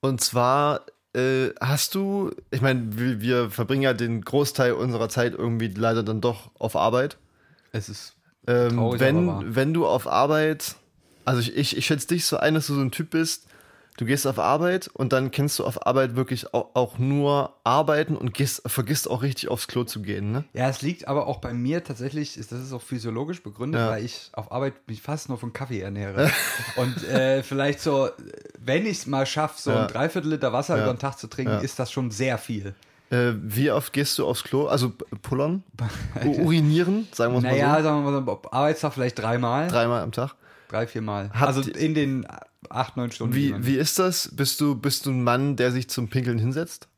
[SPEAKER 3] und zwar äh, hast du, ich meine, wir, wir verbringen ja den Großteil unserer Zeit irgendwie leider dann doch auf Arbeit.
[SPEAKER 2] Es ist.
[SPEAKER 3] Ähm,
[SPEAKER 2] Traurig, aber wahr.
[SPEAKER 3] wenn, wenn du auf Arbeit, also ich, ich, ich schätze dich so ein, dass du so ein Typ bist, du gehst auf Arbeit und dann kennst du auf Arbeit wirklich auch, auch nur arbeiten und gehst, vergisst auch richtig aufs Klo zu gehen, ne?
[SPEAKER 2] Ja, es liegt aber auch bei mir tatsächlich, ist, das ist auch physiologisch begründet,
[SPEAKER 3] Ja.
[SPEAKER 2] weil ich auf Arbeit mich fast nur von Kaffee ernähre. und äh, vielleicht so, wenn ich es mal schaffe, so
[SPEAKER 3] Ja.
[SPEAKER 2] ein Dreiviertel Liter Wasser
[SPEAKER 3] Ja.
[SPEAKER 2] über den Tag zu trinken,
[SPEAKER 3] Ja.
[SPEAKER 2] ist das schon sehr viel.
[SPEAKER 3] Äh, wie oft gehst du aufs Klo? Also p- pullern? U- Urinieren, sagen wir es mal
[SPEAKER 2] Naja,
[SPEAKER 3] so.
[SPEAKER 2] sagen wir mal so, am Arbeitstag vielleicht dreimal, drei,
[SPEAKER 3] Dreimal am Tag.
[SPEAKER 2] vier Mal.
[SPEAKER 3] Habt
[SPEAKER 2] Also
[SPEAKER 3] ihr-
[SPEAKER 2] in den acht, neun Stunden. die
[SPEAKER 3] Wie,
[SPEAKER 2] man-
[SPEAKER 3] wie ist das? Bist du, bist du ein Mann, der sich zum Pinkeln hinsetzt?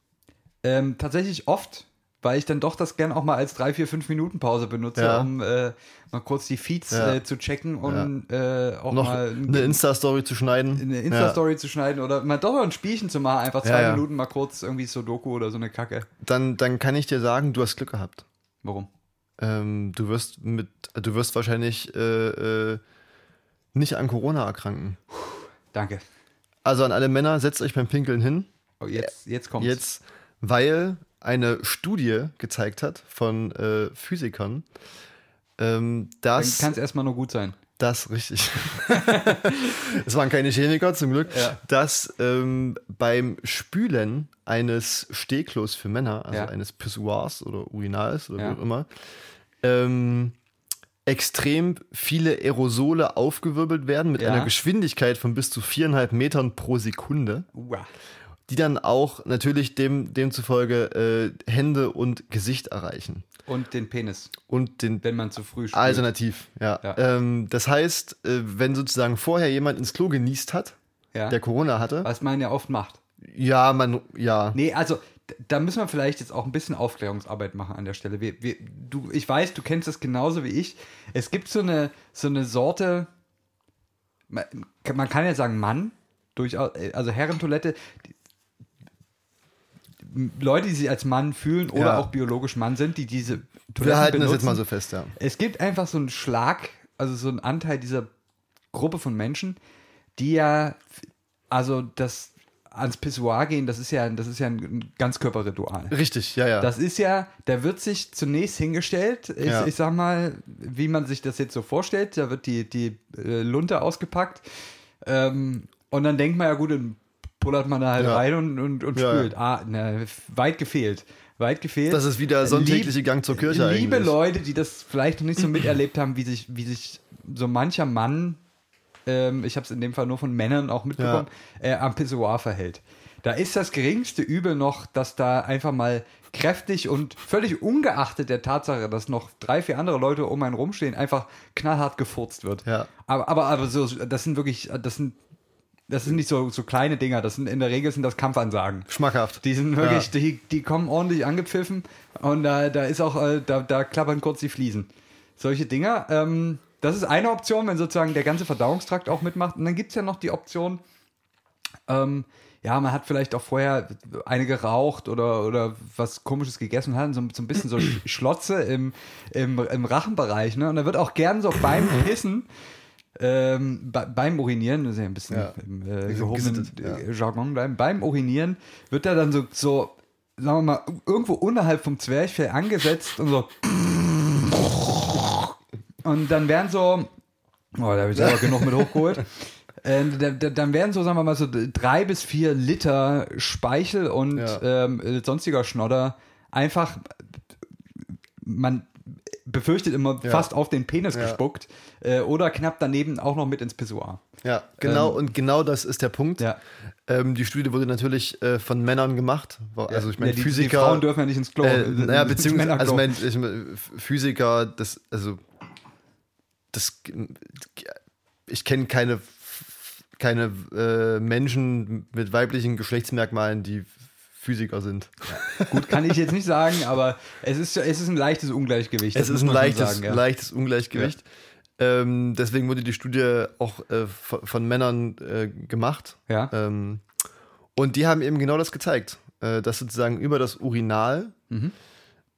[SPEAKER 2] Ähm, tatsächlich oft, weil ich dann doch das gern auch mal als 3, 4, 5 Minuten Pause benutze,
[SPEAKER 3] Ja.
[SPEAKER 2] um äh, mal kurz die Feeds
[SPEAKER 3] Ja.
[SPEAKER 2] äh, zu checken und äh, auch
[SPEAKER 3] Um Noch
[SPEAKER 2] mal
[SPEAKER 3] eine Insta-Story zu schneiden?
[SPEAKER 2] eine Insta-Story zu schneiden oder mal doch noch ein Spielchen zu machen, einfach zwei
[SPEAKER 3] Ja, ja.
[SPEAKER 2] Minuten mal kurz irgendwie so Doku oder so eine Kacke.
[SPEAKER 3] Ja. Dann, dann kann ich dir sagen, du hast Glück gehabt.
[SPEAKER 2] Warum?
[SPEAKER 3] Ähm, du wirst mit, du wirst wahrscheinlich äh, äh, nicht an Corona erkranken.
[SPEAKER 2] Danke.
[SPEAKER 3] Also an alle Männer, setzt euch beim Pinkeln hin.
[SPEAKER 2] Oh, jetzt, jetzt kommt's.
[SPEAKER 3] Äh, Jetzt, weil eine Studie gezeigt hat von äh, Physikern, ähm,
[SPEAKER 2] Dann
[SPEAKER 3] dass
[SPEAKER 2] kann es erstmal nur gut sein.
[SPEAKER 3] das richtig. Es waren keine Chemiker zum Glück,
[SPEAKER 2] Ja.
[SPEAKER 3] dass ähm, beim Spülen eines Stehklos für Männer, also
[SPEAKER 2] Ja.
[SPEAKER 3] eines Pissoirs oder Urinals oder
[SPEAKER 2] Ja.
[SPEAKER 3] wie auch immer, ähm, extrem viele Aerosole aufgewirbelt werden mit
[SPEAKER 2] Ja.
[SPEAKER 3] einer Geschwindigkeit von bis zu viereinhalb Metern pro Sekunde
[SPEAKER 2] Uah.
[SPEAKER 3] die dann auch natürlich dem, demzufolge äh, Hände und Gesicht erreichen.
[SPEAKER 2] Und den Penis,
[SPEAKER 3] Und den
[SPEAKER 2] wenn man zu früh spült.
[SPEAKER 3] Also, Alternativ, ja.
[SPEAKER 2] Ja.
[SPEAKER 3] Ähm, das heißt, äh, wenn sozusagen vorher jemand ins Klo genießt hat,
[SPEAKER 2] ja.
[SPEAKER 3] ne, der Corona hatte,
[SPEAKER 2] was man ja oft macht.
[SPEAKER 3] ja, man, ja.
[SPEAKER 2] Nee, also d- da müssen wir vielleicht jetzt auch ein bisschen Aufklärungsarbeit machen an der Stelle. Wir, wir, du, ich weiß, du kennst das genauso wie ich. Es gibt so eine, so eine Sorte, man, man kann ja sagen Mann, durchaus, äh, also Herrentoilette, die- Leute, die sich als Mann fühlen oder
[SPEAKER 3] Ja.
[SPEAKER 2] auch biologisch Mann sind, die diese Toiletten
[SPEAKER 3] Wir halten
[SPEAKER 2] benutzen.
[SPEAKER 3] das jetzt mal so fest, ja.
[SPEAKER 2] Es gibt einfach so einen Schlag, also so einen Anteil dieser Gruppe von Menschen, die ja, also das ans Pissoir gehen, das ist ja, das ist ja ein Ganzkörperritual.
[SPEAKER 3] Richtig, ja, ja.
[SPEAKER 2] Das ist ja, da wird sich zunächst hingestellt, ich,
[SPEAKER 3] Ja.
[SPEAKER 2] ich sag mal, wie man sich das jetzt so vorstellt, da wird die, die äh, Lunte ausgepackt ähm, und dann denkt man ja gut, dann pullert man da halt
[SPEAKER 3] Ja.
[SPEAKER 2] rein und, und, und
[SPEAKER 3] Ja, ja.
[SPEAKER 2] spült. Ah, na, weit gefehlt, weit gefehlt.
[SPEAKER 3] Das ist wie der sonntägliche
[SPEAKER 2] Lieb-
[SPEAKER 3] Gang zur Kirche
[SPEAKER 2] Liebe
[SPEAKER 3] eigentlich.
[SPEAKER 2] Leute, die das vielleicht noch nicht so miterlebt haben, wie sich, wie sich so mancher Mann, ähm, ich habe es in dem Fall nur von Männern auch mitbekommen, äh, am Pissoir verhält. Da ist das geringste Übel noch, dass da einfach mal kräftig und völlig ungeachtet der Tatsache, dass noch drei, vier andere Leute um einen rumstehen, einfach knallhart gefurzt wird.
[SPEAKER 3] Ja.
[SPEAKER 2] Aber, aber, aber so, das sind wirklich, das sind, das sind nicht so, so kleine Dinger, das sind in der Regel sind das Kampfansagen.
[SPEAKER 3] Schmackhaft.
[SPEAKER 2] Die sind wirklich,
[SPEAKER 3] Ja.
[SPEAKER 2] die, die kommen ordentlich angepfiffen und da, da ist auch, äh, da, da klappern kurz die Fliesen. Solche Dinger. Ähm, das ist eine Option, wenn sozusagen der ganze Verdauungstrakt auch mitmacht. Und dann gibt es ja noch die Option, ähm, ja, man hat vielleicht auch vorher eine geraucht oder, oder was komisches gegessen und hat, so, so ein bisschen so Sch- Schlotze im, im, im Rachenbereich. Ne? Und da wird auch gern so beim Pissen, ähm, bei, beim Urinieren, das ist ja ein bisschen
[SPEAKER 3] Ja.
[SPEAKER 2] im äh,
[SPEAKER 3] sind
[SPEAKER 2] gehobenen
[SPEAKER 3] gesittet, ja.
[SPEAKER 2] äh, Jargon bleiben, beim Urinieren wird da dann so, so, sagen wir mal, irgendwo unterhalb vom Zwerchfell angesetzt und so. Und dann werden so, Oh, da habe ich selber genug mit hochgeholt. Ähm, da, da, dann werden so, sagen wir mal, so drei bis vier Liter Speichel und
[SPEAKER 3] Ja.
[SPEAKER 2] ähm, äh, sonstiger Schnodder einfach, man befürchtet immer,
[SPEAKER 3] Ja.
[SPEAKER 2] fast auf den Penis
[SPEAKER 3] Ja.
[SPEAKER 2] gespuckt äh, oder knapp daneben auch noch mit ins Pissoir.
[SPEAKER 3] Ja, genau, und genau das ist der Punkt.
[SPEAKER 2] Ähm, Ja.
[SPEAKER 3] Ähm, die Studie wurde natürlich äh, von Männern gemacht. Also ich meine,
[SPEAKER 2] Ja, die,
[SPEAKER 3] Physiker.
[SPEAKER 2] die Frauen dürfen ja nicht ins Klo.
[SPEAKER 3] Äh,
[SPEAKER 2] äh,
[SPEAKER 3] naja,
[SPEAKER 2] ins
[SPEAKER 3] beziehungsweise,
[SPEAKER 2] Männerklo.
[SPEAKER 3] also mein, ich, mein, Physiker, das, also, das, ich kenne keine, keine äh, Menschen mit weiblichen Geschlechtsmerkmalen, die Physiker sind.
[SPEAKER 2] Gut, kann ich jetzt nicht sagen, aber es ist, es ist ein leichtes Ungleichgewicht. das
[SPEAKER 3] es
[SPEAKER 2] muss
[SPEAKER 3] ist ein
[SPEAKER 2] man schon
[SPEAKER 3] leichtes,
[SPEAKER 2] sagen, ja.
[SPEAKER 3] leichtes Ungleichgewicht. Ähm, deswegen wurde die Studie auch äh, von, von Männern äh, gemacht.
[SPEAKER 2] Ja.
[SPEAKER 3] Ähm, und die haben eben genau das gezeigt, äh, dass sozusagen über das Urinal
[SPEAKER 2] Mhm.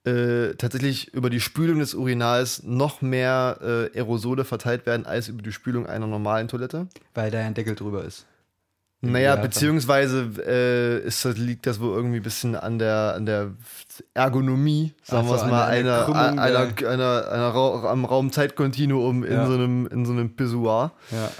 [SPEAKER 3] äh, tatsächlich über die Spülung des Urinals noch mehr äh, Aerosole verteilt werden als über die Spülung einer normalen Toilette.
[SPEAKER 2] Weil da ja ein Deckel drüber ist.
[SPEAKER 3] Naja,
[SPEAKER 2] Ja,
[SPEAKER 3] beziehungsweise äh, ist das, liegt das wohl irgendwie ein bisschen an der, an der Ergonomie, sagen
[SPEAKER 2] Ach
[SPEAKER 3] wir
[SPEAKER 2] so,
[SPEAKER 3] es
[SPEAKER 2] Also an
[SPEAKER 3] mal,
[SPEAKER 2] der-
[SPEAKER 3] einer,
[SPEAKER 2] an der
[SPEAKER 3] einer, einer,
[SPEAKER 2] Krümmung
[SPEAKER 3] einer, Ra am Raumzeitkontinuum in,
[SPEAKER 2] Ja.
[SPEAKER 3] so einem, in so einem Pissoir.
[SPEAKER 2] Ja.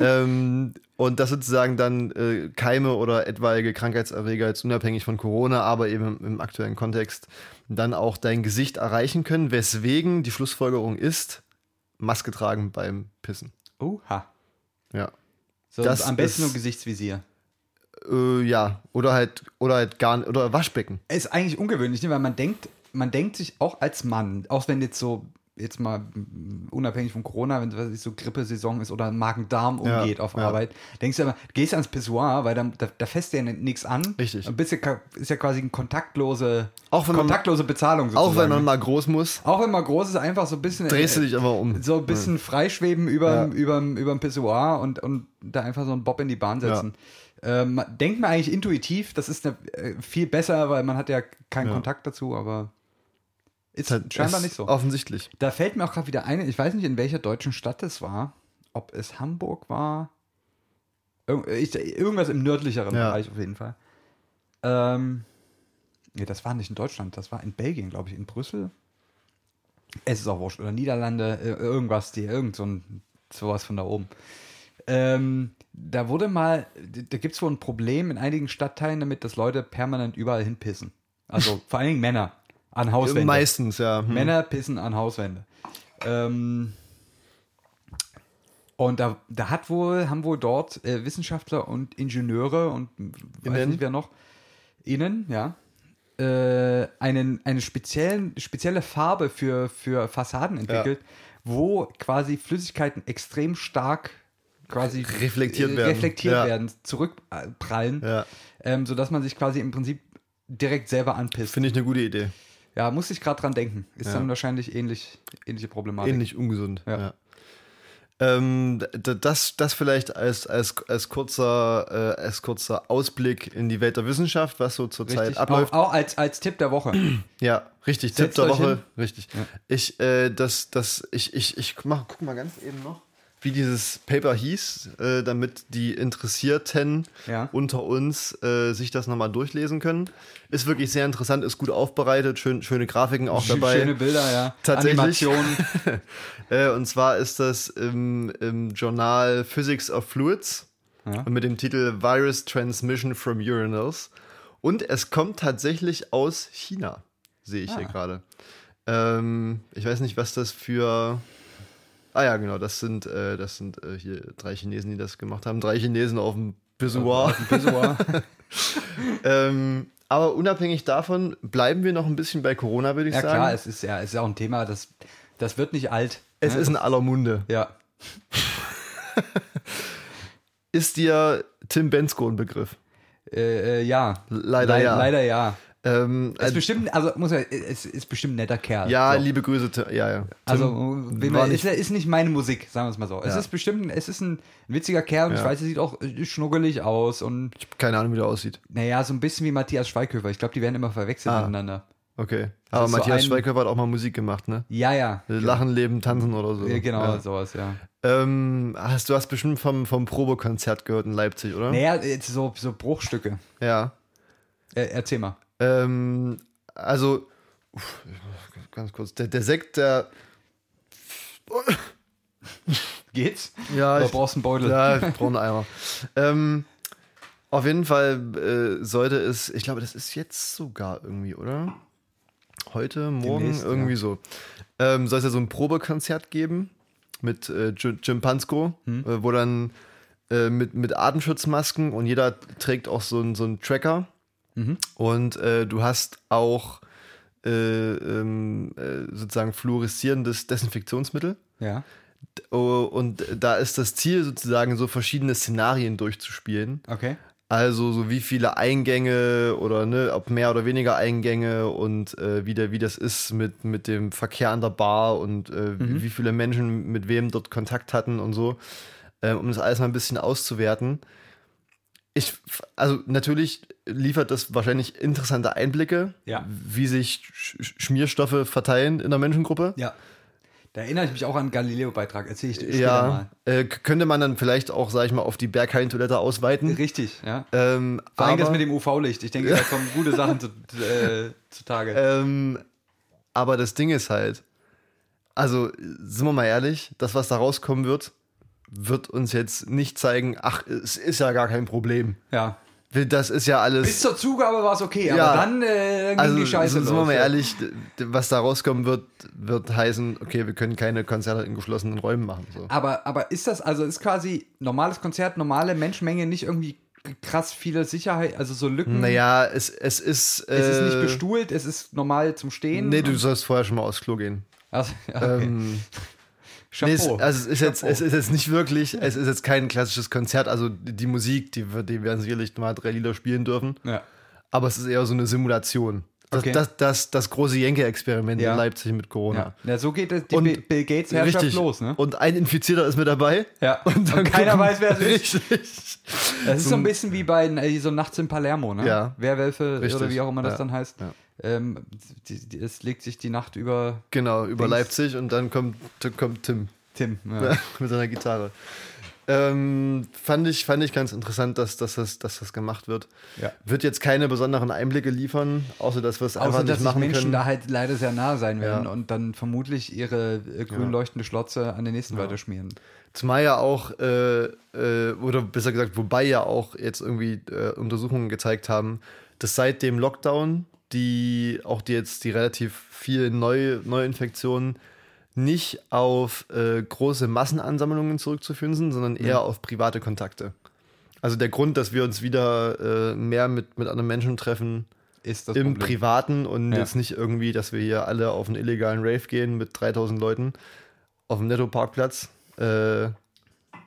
[SPEAKER 3] ähm, und das sozusagen dann äh, Keime oder etwaige Krankheitserreger jetzt unabhängig von Corona, aber eben im, im aktuellen Kontext dann auch dein Gesicht erreichen können, weswegen die Schlussfolgerung ist, Maske tragen beim Pissen.
[SPEAKER 2] Oha.
[SPEAKER 3] Ja.
[SPEAKER 2] So,
[SPEAKER 3] Das
[SPEAKER 2] am besten
[SPEAKER 3] ist-
[SPEAKER 2] nur Gesichtsvisier.
[SPEAKER 3] Äh, ja, oder halt, oder halt gar oder Waschbecken.
[SPEAKER 2] Ist eigentlich ungewöhnlich, ne? weil man denkt, man denkt sich auch als Mann, auch wenn jetzt so, jetzt mal mm, unabhängig von Corona, wenn was weiß ich, so Grippesaison ist oder Magen-Darm
[SPEAKER 3] Ja,
[SPEAKER 2] umgeht auf
[SPEAKER 3] ja.
[SPEAKER 2] Arbeit, denkst du aber, gehst ans Pissoir, weil da, da, da fässt dir ja nichts an.
[SPEAKER 3] Richtig.
[SPEAKER 2] Ein bisschen ka- ist ja quasi eine kontaktlose,
[SPEAKER 3] Auch wenn man-
[SPEAKER 2] kontaktlose Bezahlung
[SPEAKER 3] Auch wenn
[SPEAKER 2] sozusagen.
[SPEAKER 3] man mal groß muss,
[SPEAKER 2] auch wenn man groß ist, einfach so ein bisschen. äh,
[SPEAKER 3] drehst du dich einfach um.
[SPEAKER 2] so ein bisschen freischweben über überm, überm Pissoir und, und da einfach so einen Bob in die Bahn setzen. Ähm, denkt man eigentlich intuitiv, das ist eine, äh, viel besser, weil man hat ja keinen
[SPEAKER 3] Ja.
[SPEAKER 2] Kontakt dazu, aber ist
[SPEAKER 3] Halt,
[SPEAKER 2] scheinbar
[SPEAKER 3] ist
[SPEAKER 2] nicht so.
[SPEAKER 3] Offensichtlich.
[SPEAKER 2] Da fällt mir auch gerade wieder ein, ich weiß nicht, in welcher deutschen Stadt es war, ob es Hamburg war, Irg ich, irgendwas im nördlicheren
[SPEAKER 3] Ja.
[SPEAKER 2] Bereich auf jeden Fall. Ähm, nee, das war nicht in Deutschland, das war in Belgien, glaube ich, in Brüssel. Es ist auch wurscht, oder Niederlande, äh, irgendwas, die, irgend so ein, sowas von da oben. Ähm, da wurde mal, da gibt es wohl ein Problem in einigen Stadtteilen damit, dass Leute permanent überall hinpissen. Also vor allen Dingen Männer an Hauswände.
[SPEAKER 3] Meistens, ja. Hm.
[SPEAKER 2] Männer pissen an Hauswände. Ähm, und da, da hat wohl, haben wohl dort äh, Wissenschaftler und Ingenieure und hm, weiß
[SPEAKER 3] Innen.
[SPEAKER 2] nicht wer noch, innen, ja, äh, einen, eine speziellen, spezielle Farbe für, für Fassaden entwickelt, wo quasi Flüssigkeiten extrem stark quasi
[SPEAKER 3] Reflektiert
[SPEAKER 2] äh,
[SPEAKER 3] werden.
[SPEAKER 2] reflektiert
[SPEAKER 3] Ja.
[SPEAKER 2] werden, zurückprallen,
[SPEAKER 3] Ja.
[SPEAKER 2] ähm, sodass man sich quasi im Prinzip direkt selber anpisst.
[SPEAKER 3] Finde ich eine gute Idee.
[SPEAKER 2] Ja, muss ich gerade dran denken. Ist
[SPEAKER 3] Ja.
[SPEAKER 2] dann wahrscheinlich ähnlich, ähnliche Problematik.
[SPEAKER 3] Ähnlich ungesund.
[SPEAKER 2] Ja.
[SPEAKER 3] Ja. Ähm, d- d- das, das vielleicht als, als, als, kurzer, äh, als kurzer Ausblick in die Welt der Wissenschaft, was so zurzeit
[SPEAKER 2] Richtig.
[SPEAKER 3] abläuft.
[SPEAKER 2] Auch, auch als, als Tipp der Woche.
[SPEAKER 3] Ja, richtig. Tipp
[SPEAKER 2] Setzt
[SPEAKER 3] der
[SPEAKER 2] euch
[SPEAKER 3] Woche.
[SPEAKER 2] hin.
[SPEAKER 3] Richtig. Ich, äh, das, das, ich, ich, ich mach, guck mal ganz eben noch, wie dieses Paper hieß, äh, damit die Interessierten
[SPEAKER 2] Ja.
[SPEAKER 3] unter uns äh, sich das nochmal durchlesen können. Ist wirklich sehr interessant, ist gut aufbereitet, schön, schöne Grafiken auch dabei.
[SPEAKER 2] Schöne Bilder, ja.
[SPEAKER 3] Tatsächlich.
[SPEAKER 2] Animationen.
[SPEAKER 3] Äh, und zwar ist das im, im Journal Physics of Fluids
[SPEAKER 2] Ja.
[SPEAKER 3] und mit dem Titel Virus Transmission from Urinals. Und es kommt tatsächlich aus China, sehe ich hier
[SPEAKER 2] Ah.
[SPEAKER 3] gerade. Ähm, ich weiß nicht, was das für. Ah ja, genau, das sind, äh, das sind äh, hier drei Chinesen, die das gemacht haben. Drei Chinesen auf dem
[SPEAKER 2] Oh
[SPEAKER 3] Pissoir.
[SPEAKER 2] Pissoir.
[SPEAKER 3] ähm, aber unabhängig davon bleiben wir noch ein bisschen bei Corona, würde ich
[SPEAKER 2] Ja,
[SPEAKER 3] sagen.
[SPEAKER 2] klar, es ist ja es ist auch ein Thema, das, das wird nicht alt.
[SPEAKER 3] es
[SPEAKER 2] ne?
[SPEAKER 3] ist in aller Munde.
[SPEAKER 2] Ja.
[SPEAKER 3] Ist dir Tim Bensko ein Begriff?
[SPEAKER 2] Äh, äh, ja.
[SPEAKER 3] Leider
[SPEAKER 2] Lei-
[SPEAKER 3] ja.
[SPEAKER 2] Leider ja.
[SPEAKER 3] Ähm,
[SPEAKER 2] Ist
[SPEAKER 3] also-
[SPEAKER 2] bestimmt, also muss man, es ist bestimmt ein netter Kerl.
[SPEAKER 3] ja,
[SPEAKER 2] so.
[SPEAKER 3] liebe Grüße. Tim- Ja, ja. Tim
[SPEAKER 2] Also, wenn
[SPEAKER 3] war
[SPEAKER 2] man,
[SPEAKER 3] nicht-
[SPEAKER 2] ist, ist nicht meine Musik, sagen wir es mal so. Es
[SPEAKER 3] Ja.
[SPEAKER 2] ist bestimmt, es ist ein witziger Kerl und ich
[SPEAKER 3] Ja.
[SPEAKER 2] weiß, er sieht auch äh, schnuggelig aus und
[SPEAKER 3] ich hab keine Ahnung, wie der aussieht.
[SPEAKER 2] Naja, so ein bisschen wie Matthias Schweighöfer. Ich glaube, die werden immer verwechselt
[SPEAKER 3] Ah.
[SPEAKER 2] miteinander.
[SPEAKER 3] Okay. Aber
[SPEAKER 2] ist so
[SPEAKER 3] Matthias
[SPEAKER 2] ein-
[SPEAKER 3] Schweighöfer hat auch mal Musik gemacht, ne?
[SPEAKER 2] Ja, ja.
[SPEAKER 3] Lachen, Leben, Tanzen oder so.
[SPEAKER 2] Äh, Genau,
[SPEAKER 3] Ja.
[SPEAKER 2] sowas, ja.
[SPEAKER 3] Ähm, hast, du hast bestimmt vom, vom Probekonzert gehört in Leipzig, oder?
[SPEAKER 2] Naja, jetzt so, so Bruchstücke.
[SPEAKER 3] Ja.
[SPEAKER 2] Äh, erzähl mal.
[SPEAKER 3] Ähm, also, uff, ganz kurz. Der, der Sekt, der.
[SPEAKER 2] Geht's?
[SPEAKER 3] Ja,
[SPEAKER 2] Oder
[SPEAKER 3] ich,
[SPEAKER 2] brauchst du einen Beutel?
[SPEAKER 3] Ja, ich brauche einen Eimer. ähm, auf jeden Fall äh, sollte es, ich glaube, das ist jetzt sogar irgendwie, oder? Heute, morgen,
[SPEAKER 2] Demnächst,
[SPEAKER 3] irgendwie
[SPEAKER 2] ja.
[SPEAKER 3] so. Ähm, soll es ja so ein Probekonzert geben mit äh, Jim Jim Pansko,
[SPEAKER 2] Hm.
[SPEAKER 3] äh, wo dann äh, mit, mit Atemschutzmasken und jeder trägt auch so, einen- so einen Tracker.
[SPEAKER 2] Mhm.
[SPEAKER 3] Und äh, du hast auch äh, ähm, äh, sozusagen fluoreszierendes Desinfektionsmittel.
[SPEAKER 2] Ja.
[SPEAKER 3] Oh, und da ist das Ziel sozusagen, so verschiedene Szenarien durchzuspielen.
[SPEAKER 2] Okay.
[SPEAKER 3] Also so wie viele Eingänge oder ne, ob mehr oder weniger Eingänge und äh, wie, der, wie das ist mit, mit dem Verkehr an der Bar und äh, wie- wie viele Menschen mit wem dort Kontakt hatten und so, ähm, um das alles mal ein bisschen auszuwerten. Ich, f- also natürlich liefert das wahrscheinlich interessante Einblicke,
[SPEAKER 2] Ja.
[SPEAKER 3] wie sich Sch Sch- Schmierstoffe verteilen in der Menschengruppe.
[SPEAKER 2] Ja. Da erinnere ich mich auch an einen Galileo-Beitrag. Erzähl ich dir später
[SPEAKER 3] Ja,
[SPEAKER 2] mal.
[SPEAKER 3] äh, k- könnte man dann vielleicht auch, sag ich mal, auf die Berghain-Toilette ausweiten.
[SPEAKER 2] Richtig, ja.
[SPEAKER 3] Ähm,
[SPEAKER 2] Vor allem
[SPEAKER 3] Mhm. aber,
[SPEAKER 2] das mit dem UV-Licht. Ich denke, da kommen gute Sachen zu, äh, zutage.
[SPEAKER 3] ähm, aber das Ding ist halt, also äh, sind wir mal ehrlich, das, was da rauskommen wird, wird uns jetzt nicht zeigen, ach, es ist ja gar kein Problem.
[SPEAKER 2] Ja.
[SPEAKER 3] Das ist ja alles.
[SPEAKER 2] Bis zur Zugabe war es okay, aber
[SPEAKER 3] Ja.
[SPEAKER 2] dann äh, ging
[SPEAKER 3] also,
[SPEAKER 2] die Scheiße
[SPEAKER 3] sind
[SPEAKER 2] los.
[SPEAKER 3] wir mal
[SPEAKER 2] ja.
[SPEAKER 3] ehrlich, d- d- was da rauskommen wird, wird heißen, okay, wir können keine Konzerte in geschlossenen Räumen machen. So.
[SPEAKER 2] Aber, aber ist das, also ist quasi normales Konzert, normale Menschenmenge, nicht irgendwie krass viele Sicherheit, also so Lücken.
[SPEAKER 3] Naja, es, es ist. Äh,
[SPEAKER 2] Es ist nicht bestuhlt, es ist normal zum Stehen.
[SPEAKER 3] Nee, du sollst vorher schon mal aufs Klo gehen.
[SPEAKER 2] Also, ja, okay.
[SPEAKER 3] Ähm, nee, es,
[SPEAKER 2] Chapeau.
[SPEAKER 3] also es ist, jetzt, es
[SPEAKER 2] Chapeau.
[SPEAKER 3] ist jetzt nicht wirklich, es ist jetzt kein klassisches Konzert. Also die die Musik, die, wir- die werden sicherlich mal drei Lieder spielen dürfen.
[SPEAKER 2] ja.
[SPEAKER 3] Aber es ist eher so eine Simulation. Das,
[SPEAKER 2] Okay.
[SPEAKER 3] das, das, das große Jenke-Experiment
[SPEAKER 2] Ja.
[SPEAKER 3] in Leipzig mit Corona.
[SPEAKER 2] Ja. ja, so geht es- die
[SPEAKER 3] Und-
[SPEAKER 2] Bi- Bill Gates-Herrschaft los, ne?
[SPEAKER 3] Und ein Infizierter ist mit dabei.
[SPEAKER 2] Ja. Und keiner
[SPEAKER 3] gucken-
[SPEAKER 2] weiß, wer es ist.
[SPEAKER 3] Richtig.
[SPEAKER 2] Das ist so ein bisschen wie bei äh, so Nachts in Palermo, ne?
[SPEAKER 3] Ja.
[SPEAKER 2] Werwölfe
[SPEAKER 3] Richtig,
[SPEAKER 2] oder wie auch immer das
[SPEAKER 3] ja,
[SPEAKER 2] dann heißt.
[SPEAKER 3] ja.
[SPEAKER 2] Ähm, die, die, es legt sich die Nacht über
[SPEAKER 3] Genau, über
[SPEAKER 2] Dings.
[SPEAKER 3] Leipzig und dann kommt, dann kommt Tim
[SPEAKER 2] Tim. Ja.
[SPEAKER 3] mit seiner Gitarre. Ähm, fand, ich, fand ich ganz interessant, dass, dass, das, dass das gemacht wird.
[SPEAKER 2] Ja.
[SPEAKER 3] Wird jetzt keine besonderen Einblicke liefern, außer dass wir es einfach
[SPEAKER 2] Außer
[SPEAKER 3] nicht
[SPEAKER 2] dass sich
[SPEAKER 3] machen
[SPEAKER 2] Menschen
[SPEAKER 3] können.
[SPEAKER 2] da halt leider sehr nah sein werden
[SPEAKER 3] Ja.
[SPEAKER 2] und dann vermutlich ihre äh, grün leuchtende Schlotze an den nächsten weiterschmieren.
[SPEAKER 3] Zumal ja auch, äh, äh, oder besser gesagt, wobei ja auch jetzt irgendwie äh, Untersuchungen gezeigt haben, dass seit dem Lockdown die auch die jetzt die relativ vielen neue Neuinfektionen nicht auf äh, große Massenansammlungen zurückzuführen sind, sondern
[SPEAKER 2] Mhm.
[SPEAKER 3] eher auf private Kontakte. Also der Grund, dass wir uns wieder äh, mehr mit, mit anderen Menschen treffen
[SPEAKER 2] Ist das
[SPEAKER 3] im
[SPEAKER 2] Problem.
[SPEAKER 3] Privaten und
[SPEAKER 2] Ja.
[SPEAKER 3] jetzt nicht irgendwie, dass wir hier alle auf einen illegalen Rave gehen mit 3000 Leuten auf dem Netto-Parkplatz. Äh,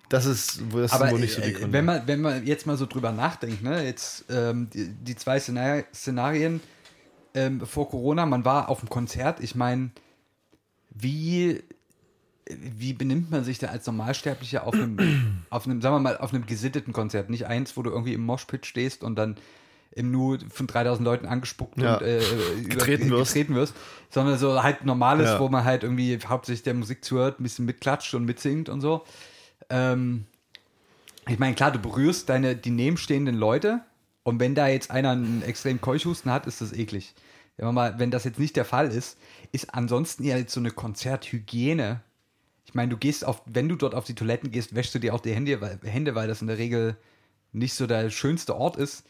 [SPEAKER 3] das ist, das
[SPEAKER 2] Aber äh,
[SPEAKER 3] sind wohl nicht so die Gründe.
[SPEAKER 2] wenn man, wenn man jetzt mal so drüber nachdenkt, ne, jetzt ähm, die, die zwei Szenar Szenarien ähm, vor Corona, man war auf dem Konzert, ich meine, wie, wie benimmt man sich da als Normalsterblicher auf einem, auf einem, sagen wir mal, auf einem gesitteten Konzert? Nicht eins, wo du irgendwie im Moshpit stehst und dann im Nu von 3000 Leuten angespuckt
[SPEAKER 3] Ja.
[SPEAKER 2] und äh, über-
[SPEAKER 3] Getreten wirst.
[SPEAKER 2] getreten wirst, sondern so halt normales,
[SPEAKER 3] Ja.
[SPEAKER 2] wo man halt irgendwie hauptsächlich der Musik zuhört, ein bisschen mitklatscht und mitsingt und so. Ähm, ich meine, klar, du berührst deine, die nebenstehenden Leute und wenn da jetzt einer einen extremen Keuchhusten hat, ist das eklig. Wenn, man mal, wenn das jetzt nicht der Fall ist, ist ansonsten ja jetzt so eine Konzerthygiene. Ich meine, du gehst auf, wenn du dort auf die Toiletten gehst, wäschst du dir auch die Hände, weil, Hände, weil das in der Regel nicht so der schönste Ort ist.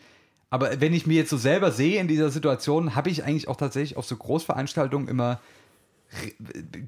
[SPEAKER 2] Aber wenn ich mir jetzt so selber sehe in dieser Situation, habe ich eigentlich auch tatsächlich auf so Großveranstaltungen immer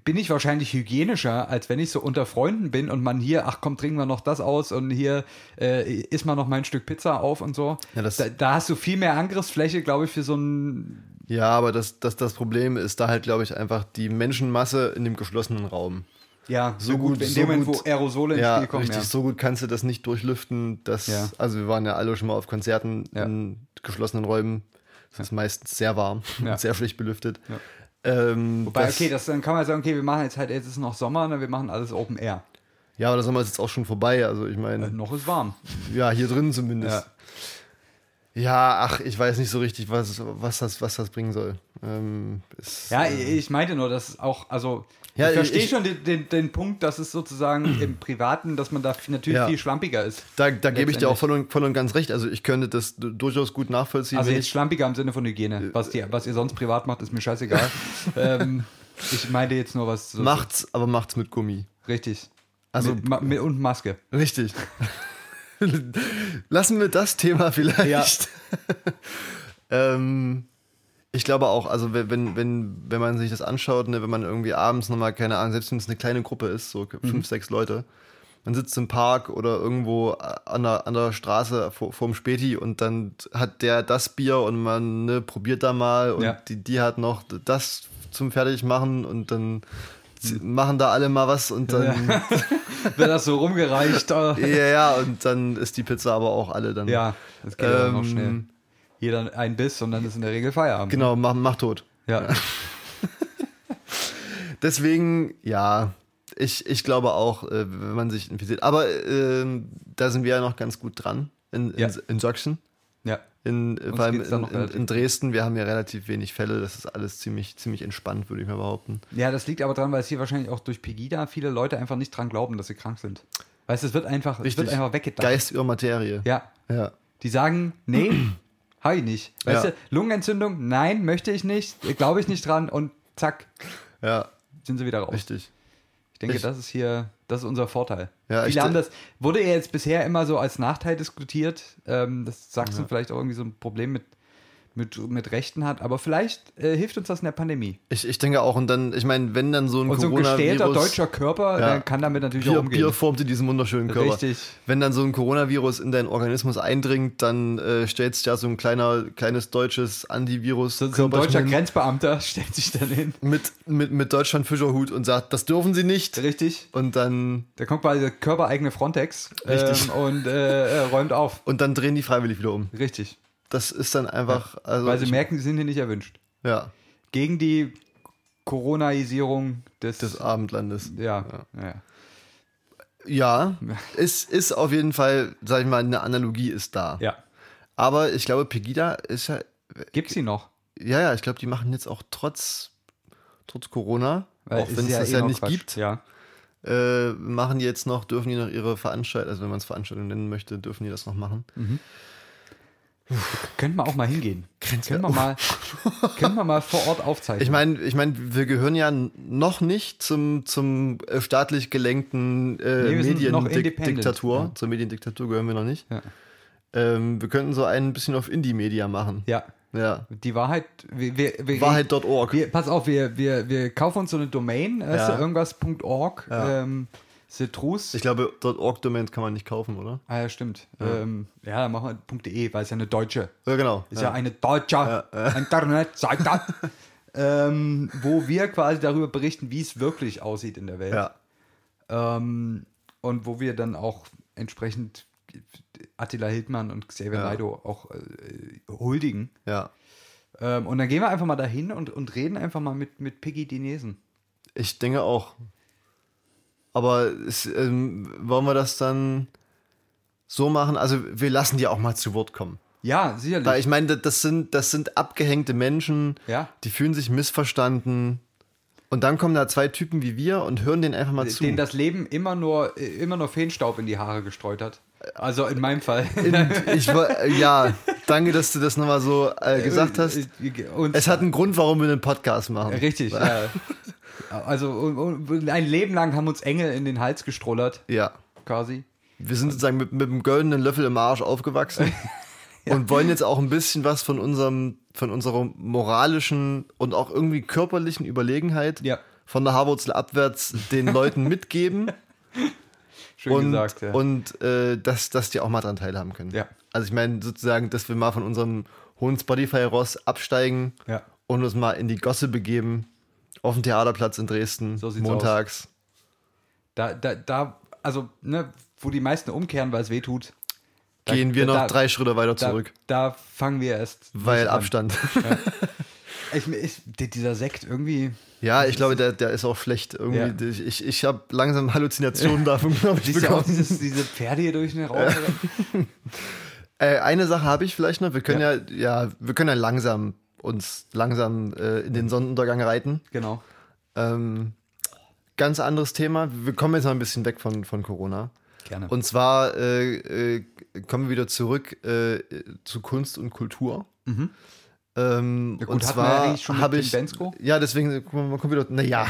[SPEAKER 2] bin ich wahrscheinlich hygienischer, als wenn ich so unter Freunden bin und man hier, ach komm, trinken wir noch das aus und hier äh, isst man noch mal ein Stück Pizza auf und so.
[SPEAKER 3] Ja, das-
[SPEAKER 2] da, da hast du viel mehr Angriffsfläche, glaube ich, für so ein.
[SPEAKER 3] ja, aber das, das, das Problem ist da halt, glaube ich, einfach die Menschenmasse in dem geschlossenen Raum.
[SPEAKER 2] Ja,
[SPEAKER 3] So
[SPEAKER 2] na
[SPEAKER 3] gut,
[SPEAKER 2] in
[SPEAKER 3] so
[SPEAKER 2] dem Moment,
[SPEAKER 3] gut.
[SPEAKER 2] wo Aerosole ins
[SPEAKER 3] ja,
[SPEAKER 2] Spiel kommen.
[SPEAKER 3] richtig,
[SPEAKER 2] ja.
[SPEAKER 3] so gut kannst du das nicht durchlüften. Dass,
[SPEAKER 2] Ja.
[SPEAKER 3] Also wir waren ja alle schon mal auf Konzerten
[SPEAKER 2] Ja.
[SPEAKER 3] in geschlossenen Räumen. Es ist meistens sehr warm
[SPEAKER 2] Ja.
[SPEAKER 3] und sehr schlecht belüftet.
[SPEAKER 2] Ja.
[SPEAKER 3] Ähm,
[SPEAKER 2] Wobei, okay, das, dann kann man sagen, okay, wir machen jetzt halt, jetzt ist noch Sommer, ne, wir machen alles Open Air.
[SPEAKER 3] ja, aber der Sommer ist jetzt auch schon vorbei. Also ich meine,
[SPEAKER 2] Äh, noch ist warm.
[SPEAKER 3] Ja, hier drin zumindest. Ja, ach, ich weiß nicht so richtig, was, was, das, was das bringen soll. Ähm, ist,
[SPEAKER 2] Ja, ich meinte nur, dass es auch, also
[SPEAKER 3] Ja,
[SPEAKER 2] ich verstehe
[SPEAKER 3] ich-
[SPEAKER 2] schon den, den, den Punkt, dass es sozusagen im Privaten, dass man da f- natürlich
[SPEAKER 3] Ja.
[SPEAKER 2] viel schlampiger ist.
[SPEAKER 3] da da gebe ich dir auch
[SPEAKER 2] letztendlich.
[SPEAKER 3] voll und, voll und ganz recht. Also ich könnte das du- durchaus gut nachvollziehen.
[SPEAKER 2] Also
[SPEAKER 3] wenn
[SPEAKER 2] jetzt
[SPEAKER 3] ich, Äh,
[SPEAKER 2] schlampiger im Sinne von Hygiene. Was, die, was ihr sonst privat macht, ist mir scheißegal. ähm, ich meinte jetzt nur was. so-
[SPEAKER 3] macht's, aber macht's mit Gummi.
[SPEAKER 2] Richtig.
[SPEAKER 3] Also-
[SPEAKER 2] mit, ma, mit, und Maske.
[SPEAKER 3] Richtig. Lassen wir das Thema vielleicht. ähm, ich glaube auch, also wenn- wenn, wenn, wenn man sich das anschaut, ne, wenn man irgendwie abends nochmal, keine Ahnung, selbst wenn es eine kleine Gruppe ist, so fünf, sechs Leute, man sitzt im Park oder irgendwo an der, an der Straße vor, vorm Späti und dann hat der das Bier und man ne, probiert da mal und
[SPEAKER 2] Ja.
[SPEAKER 3] die, die hat noch das zum Fertigmachen und dann zie- machen da alle mal was und dann
[SPEAKER 2] Wird das so rumgereicht? äh,
[SPEAKER 3] ja, ja, und dann ist die Pizza aber auch alle dann.
[SPEAKER 2] ja, das geht ja noch
[SPEAKER 3] Ähm,
[SPEAKER 2] schnell. Jeder ein Biss und dann ist in der Regel Feierabend.
[SPEAKER 3] Genau, mach, mach tot.
[SPEAKER 2] Ja.
[SPEAKER 3] Deswegen, ja, ich, ich glaube auch, äh, wenn man sich infiziert. Aber ähm, da sind wir ja noch ganz gut dran in, in,
[SPEAKER 2] Ja.
[SPEAKER 3] in Sachsen.
[SPEAKER 2] ja.
[SPEAKER 3] In, äh, vor allem
[SPEAKER 2] geht's da
[SPEAKER 3] in,
[SPEAKER 2] noch
[SPEAKER 3] in,
[SPEAKER 2] relativ
[SPEAKER 3] in Dresden, wir haben ja relativ wenig Fälle. Das ist alles ziemlich, ziemlich entspannt, würde ich mal behaupten.
[SPEAKER 2] Ja, das liegt aber dran, weil es hier wahrscheinlich auch durch Pegida viele Leute einfach nicht dran glauben, dass sie krank sind. Weißt du, es wird einfach, es wird einfach weggedacht.
[SPEAKER 3] Geist über Materie.
[SPEAKER 2] Ja.
[SPEAKER 3] ja.
[SPEAKER 2] Die sagen, nee, habe ich nicht. Weißt
[SPEAKER 3] Ja.
[SPEAKER 2] du, Lungenentzündung, nein, möchte ich nicht, glaube ich nicht dran und zack,
[SPEAKER 3] Ja,
[SPEAKER 2] sind sie wieder raus.
[SPEAKER 3] richtig.
[SPEAKER 2] Ich denke,
[SPEAKER 3] ich-
[SPEAKER 2] das ist hier, das ist unser Vorteil.
[SPEAKER 3] Ja, ich-
[SPEAKER 2] Viele haben das, wurde ja jetzt bisher immer so als Nachteil diskutiert, ähm, dass Sachsen vielleicht auch irgendwie so ein Problem mit mit, mit Rechten hat. Aber vielleicht äh, hilft uns das in der Pandemie.
[SPEAKER 3] Ich, ich denke auch, und dann, ich meine, wenn dann so ein
[SPEAKER 2] Und so ein gestählter
[SPEAKER 3] Coronavirus.
[SPEAKER 2] deutscher Körper
[SPEAKER 3] Ja.
[SPEAKER 2] äh, kann damit natürlich auch
[SPEAKER 3] Bier,
[SPEAKER 2] umgehen.
[SPEAKER 3] Bier formte diesen wunderschönen Körper.
[SPEAKER 2] Richtig.
[SPEAKER 3] Wenn dann so ein Coronavirus in deinen Organismus eindringt, dann äh, stellt sich ja so ein kleiner, kleines deutsches Antivirus
[SPEAKER 2] So, so ein deutscher
[SPEAKER 3] hin
[SPEAKER 2] Grenzbeamter stellt sich dann hin.
[SPEAKER 3] mit, mit, mit Deutschland Fischerhut und sagt, das dürfen sie nicht.
[SPEAKER 2] Richtig.
[SPEAKER 3] Und dann,
[SPEAKER 2] Da kommt quasi der körpereigene Frontex
[SPEAKER 3] Richtig.
[SPEAKER 2] ähm, und äh, äh, räumt auf.
[SPEAKER 3] und dann drehen die freiwillig wieder um.
[SPEAKER 2] Richtig.
[SPEAKER 3] Das ist dann einfach. Also
[SPEAKER 2] Weil sie
[SPEAKER 3] ich-
[SPEAKER 2] merken, sie sind hier nicht erwünscht.
[SPEAKER 3] Ja,
[SPEAKER 2] Gegen die Coronaisierung des.
[SPEAKER 3] des Abendlandes.
[SPEAKER 2] ja, ja. ja.
[SPEAKER 3] Ja, es ist auf jeden Fall, sag ich mal, eine Analogie ist da.
[SPEAKER 2] ja.
[SPEAKER 3] Aber ich glaube, Pegida ist ja,
[SPEAKER 2] Gibt sie noch?
[SPEAKER 3] ja, ja, ich glaube, die machen jetzt auch trotz, trotz Corona, auch
[SPEAKER 2] es
[SPEAKER 3] wenn es das
[SPEAKER 2] eh
[SPEAKER 3] ja
[SPEAKER 2] noch
[SPEAKER 3] nicht
[SPEAKER 2] Quatsch.
[SPEAKER 3] gibt,
[SPEAKER 2] Ja.
[SPEAKER 3] äh, machen die jetzt noch, dürfen die noch ihre Veranstaltung, also wenn man es Veranstaltung nennen möchte, dürfen die das noch machen.
[SPEAKER 2] Können wir auch mal hingehen. Können wir mal, können wir mal vor Ort aufzeichnen.
[SPEAKER 3] Ich meine, ich mein, wir gehören ja n- noch nicht zum, zum äh, staatlich gelenkten äh,
[SPEAKER 2] Nee, wir sind noch independent,
[SPEAKER 3] Mediendiktatur.
[SPEAKER 2] ja.
[SPEAKER 3] Zur Mediendiktatur gehören wir noch nicht.
[SPEAKER 2] Ja.
[SPEAKER 3] Ähm, wir könnten so ein bisschen auf Indie-Media machen.
[SPEAKER 2] ja,
[SPEAKER 3] Ja.
[SPEAKER 2] die Wahrheit. Wir, wir, wir
[SPEAKER 3] Wahrheit.org.
[SPEAKER 2] Wir, pass auf, wir, wir, wir kaufen uns so eine Domain, äh, weißt
[SPEAKER 3] Ja.
[SPEAKER 2] du, irgendwas.org,
[SPEAKER 3] Ja.
[SPEAKER 2] ähm, Citrus.
[SPEAKER 3] Ich glaube, .org-Domains kann man nicht kaufen, oder?
[SPEAKER 2] ah ja, stimmt. Ja, ähm, ja dann machen wir .de, weil es ja eine deutsche.
[SPEAKER 3] Ja, genau.
[SPEAKER 2] Ist ja, eine deutsche Internetseite. ähm, wo wir quasi darüber berichten, wie es wirklich aussieht in der Welt.
[SPEAKER 3] Ja.
[SPEAKER 2] Ähm, und wo wir dann auch entsprechend Attila Hildmann und Xavier
[SPEAKER 3] Ja.
[SPEAKER 2] Naidoo auch äh, huldigen.
[SPEAKER 3] ja.
[SPEAKER 2] Ähm, und dann gehen wir einfach mal dahin und, und reden einfach mal mit, mit Piggy Dinesen.
[SPEAKER 3] Ich denke auch. Aber es, ähm, wollen wir das dann so machen? Also, wir lassen die auch mal zu Wort kommen.
[SPEAKER 2] Ja, sicherlich.
[SPEAKER 3] Weil ich meine, das- das sind, das sind abgehängte Menschen,
[SPEAKER 2] Ja.
[SPEAKER 3] die fühlen sich missverstanden. Und dann kommen da zwei Typen wie wir und hören denen einfach mal zu.
[SPEAKER 2] den das Leben immer nur, äh, immer nur Feenstaub in die Haare gestreut hat. Also in meinem Fall.
[SPEAKER 3] ich, war- ja, danke, dass du das nochmal so äh, gesagt hast.
[SPEAKER 2] Und
[SPEAKER 3] Es hat einen Grund, warum wir einen Podcast machen.
[SPEAKER 2] richtig, ja. Also und, und ein Leben lang haben uns Engel in den Hals gestrollert,
[SPEAKER 3] Ja.
[SPEAKER 2] quasi.
[SPEAKER 3] Wir sind sozusagen mit, mit einem goldenen Löffel im Arsch aufgewachsen und wollen jetzt auch ein bisschen was von unserem, von unserer moralischen und auch irgendwie körperlichen Überlegenheit
[SPEAKER 2] Ja.
[SPEAKER 3] von der Haarwurzel abwärts den Leuten mitgeben
[SPEAKER 2] Schön
[SPEAKER 3] und,
[SPEAKER 2] gesagt, ja.
[SPEAKER 3] und äh, dass, dass die auch mal dran teilhaben können.
[SPEAKER 2] Ja.
[SPEAKER 3] Also ich meine sozusagen, dass wir mal von unserem hohen Spotify-Ross absteigen
[SPEAKER 2] Ja.
[SPEAKER 3] und uns mal in die Gosse begeben auf dem Theaterplatz in Dresden
[SPEAKER 2] So sieht's
[SPEAKER 3] montags.
[SPEAKER 2] Da, da, da, also, ne, wo die meisten umkehren, weil es weh tut. Da-
[SPEAKER 3] Gehen wir
[SPEAKER 2] da-
[SPEAKER 3] noch
[SPEAKER 2] da-
[SPEAKER 3] drei Schritte weiter
[SPEAKER 2] da,
[SPEAKER 3] zurück,
[SPEAKER 2] Da fangen wir erst.
[SPEAKER 3] weil
[SPEAKER 2] nicht an.
[SPEAKER 3] Abstand.
[SPEAKER 2] Ich, ich, dieser Sekt irgendwie.
[SPEAKER 3] Ja, ich glaube, der, der ist auch schlecht. Irgendwie, Ich, ich habe langsam Halluzinationen davon, glaube ich,
[SPEAKER 2] Siehst du auch
[SPEAKER 3] bekommen.
[SPEAKER 2] dieses, diese Pferde hier durch den Raum?
[SPEAKER 3] Äh, eine Sache habe ich vielleicht noch. Wir können ja. ja, wir können ja langsam uns langsam äh, in den Sonnenuntergang reiten.
[SPEAKER 2] genau.
[SPEAKER 3] Ähm, ganz anderes Thema. Wir kommen jetzt mal ein bisschen weg von, von Corona.
[SPEAKER 2] Gerne.
[SPEAKER 3] Und zwar äh, äh, kommen wir wieder zurück äh, zu Kunst und Kultur. Ähm,
[SPEAKER 2] Mhm. Ja, gut, hatten wir
[SPEAKER 3] und
[SPEAKER 2] ja
[SPEAKER 3] zwar
[SPEAKER 2] eigentlich schon mit
[SPEAKER 3] habe
[SPEAKER 2] Tim
[SPEAKER 3] ich.
[SPEAKER 2] Bensko?
[SPEAKER 3] Ja, deswegen man kommt wieder. Naja,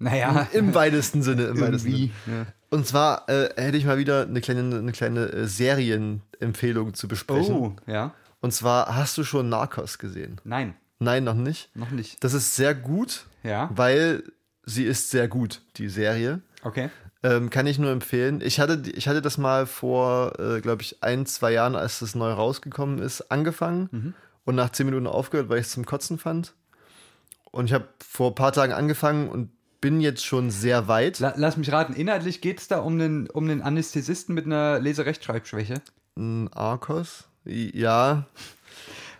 [SPEAKER 2] naja,
[SPEAKER 3] im weitesten Sinne. Im weitesten Sinne.
[SPEAKER 2] irgendwie. Ja.
[SPEAKER 3] Und zwar äh, hätte ich mal wieder eine kleine, eine kleine äh, Serienempfehlung zu besprechen.
[SPEAKER 2] Oh, ja.
[SPEAKER 3] Und zwar, hast du schon Narcos gesehen?
[SPEAKER 2] Nein,
[SPEAKER 3] Nein, noch nicht.
[SPEAKER 2] noch nicht.
[SPEAKER 3] Das ist sehr gut,
[SPEAKER 2] Ja,
[SPEAKER 3] weil sie ist sehr gut, die Serie.
[SPEAKER 2] okay.
[SPEAKER 3] Ähm, kann ich nur empfehlen. Ich hatte, die- ich hatte das mal vor, äh, glaube ich, ein, zwei Jahren, als das neu rausgekommen ist, angefangen
[SPEAKER 2] Mhm.
[SPEAKER 3] und nach zehn Minuten aufgehört, weil ich es zum Kotzen fand. Und ich habe vor ein paar Tagen angefangen und bin jetzt schon sehr weit.
[SPEAKER 2] La lass mich raten, inhaltlich geht es da um einen, um einen Anästhesisten mit einer Leserechtschreibschwäche.
[SPEAKER 3] Narcos? Ja,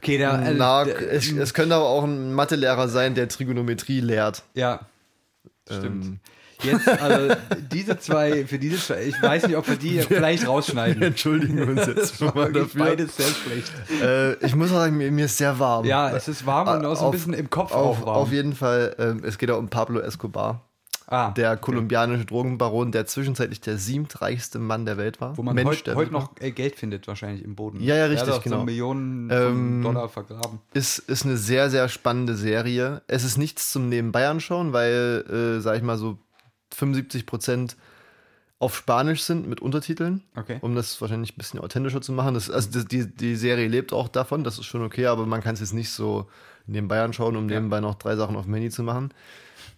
[SPEAKER 2] Okay, der. äh,
[SPEAKER 3] Na,
[SPEAKER 2] der-
[SPEAKER 3] es, es könnte aber auch ein Mathelehrer sein, der Trigonometrie lehrt.
[SPEAKER 2] Ja. Stimmt.
[SPEAKER 3] Ähm.
[SPEAKER 2] Jetzt, also diese zwei, für diese zwei, ich weiß nicht, ob wir die vielleicht
[SPEAKER 3] Wir
[SPEAKER 2] rausschneiden.
[SPEAKER 3] entschuldigen uns jetzt schon mal
[SPEAKER 2] Wirklich
[SPEAKER 3] dafür.
[SPEAKER 2] Beides sehr schlecht.
[SPEAKER 3] Äh, ich muss auch sagen, mir, mir ist sehr warm.
[SPEAKER 2] Ja, es ist warm und auch so ein bisschen im Kopf
[SPEAKER 3] Äh, auf,
[SPEAKER 2] auch warm.
[SPEAKER 3] Auf jeden Fall, ähm, es geht auch um Pablo Escobar,
[SPEAKER 2] ah,
[SPEAKER 3] der kolumbianische Drogenbaron, der zwischenzeitlich der siebtreichste Mann der Welt war.
[SPEAKER 2] wo man
[SPEAKER 3] Mensch,
[SPEAKER 2] heute
[SPEAKER 3] der
[SPEAKER 2] heut
[SPEAKER 3] Welt war.
[SPEAKER 2] noch äh, Geld findet wahrscheinlich im Boden.
[SPEAKER 3] Ja, ja,
[SPEAKER 2] Der
[SPEAKER 3] richtig,
[SPEAKER 2] hat auch
[SPEAKER 3] genau.
[SPEAKER 2] So Millionen
[SPEAKER 3] Ähm,
[SPEAKER 2] von Dollar vergraben.
[SPEAKER 3] Ist, ist eine sehr, sehr spannende Serie. Es ist nichts zum Nebenbei anschauen, weil, äh, sag ich mal so, 75 Prozent auf Spanisch sind mit Untertiteln,
[SPEAKER 2] Okay.
[SPEAKER 3] um das wahrscheinlich ein bisschen authentischer zu machen. Das, also das, die, die Serie lebt auch davon, das ist schon okay, aber man kann es jetzt nicht so nebenbei anschauen, um nebenbei noch drei Sachen auf dem Handy zu machen.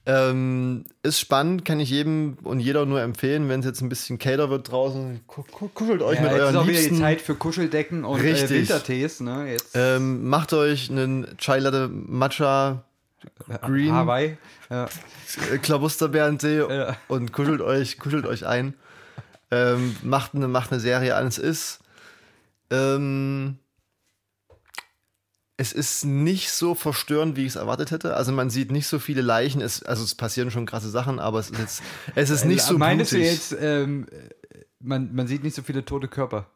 [SPEAKER 3] Ähm, ist spannend, kann ich jedem und jeder nur empfehlen, wenn es jetzt ein bisschen kälter wird draußen, ku- ku- kuschelt euch mit
[SPEAKER 2] jetzt ist auch
[SPEAKER 3] euren
[SPEAKER 2] wieder die
[SPEAKER 3] Liebsten.
[SPEAKER 2] Zeit für Kuscheldecken und äh,
[SPEAKER 3] Richtig.
[SPEAKER 2] Wintertees, ne? Jetzt
[SPEAKER 3] Ähm, macht euch einen Chai Latte Matcha Green
[SPEAKER 2] äh, Hawaii. Ja.
[SPEAKER 3] äh, Klabusterbeerentee
[SPEAKER 2] Ja.
[SPEAKER 3] und kuschelt euch, kuschelt euch ein. Ähm, macht, eine, macht eine Serie an. Es ist. Ähm, es ist nicht so verstörend, wie ich es erwartet hätte. Also man sieht nicht so viele Leichen. Es, also es passieren schon krasse Sachen, aber es ist jetzt, es ist nicht so
[SPEAKER 2] Meinst also, du
[SPEAKER 3] blutig.
[SPEAKER 2] jetzt, ähm, man, man sieht nicht so viele tote Körper?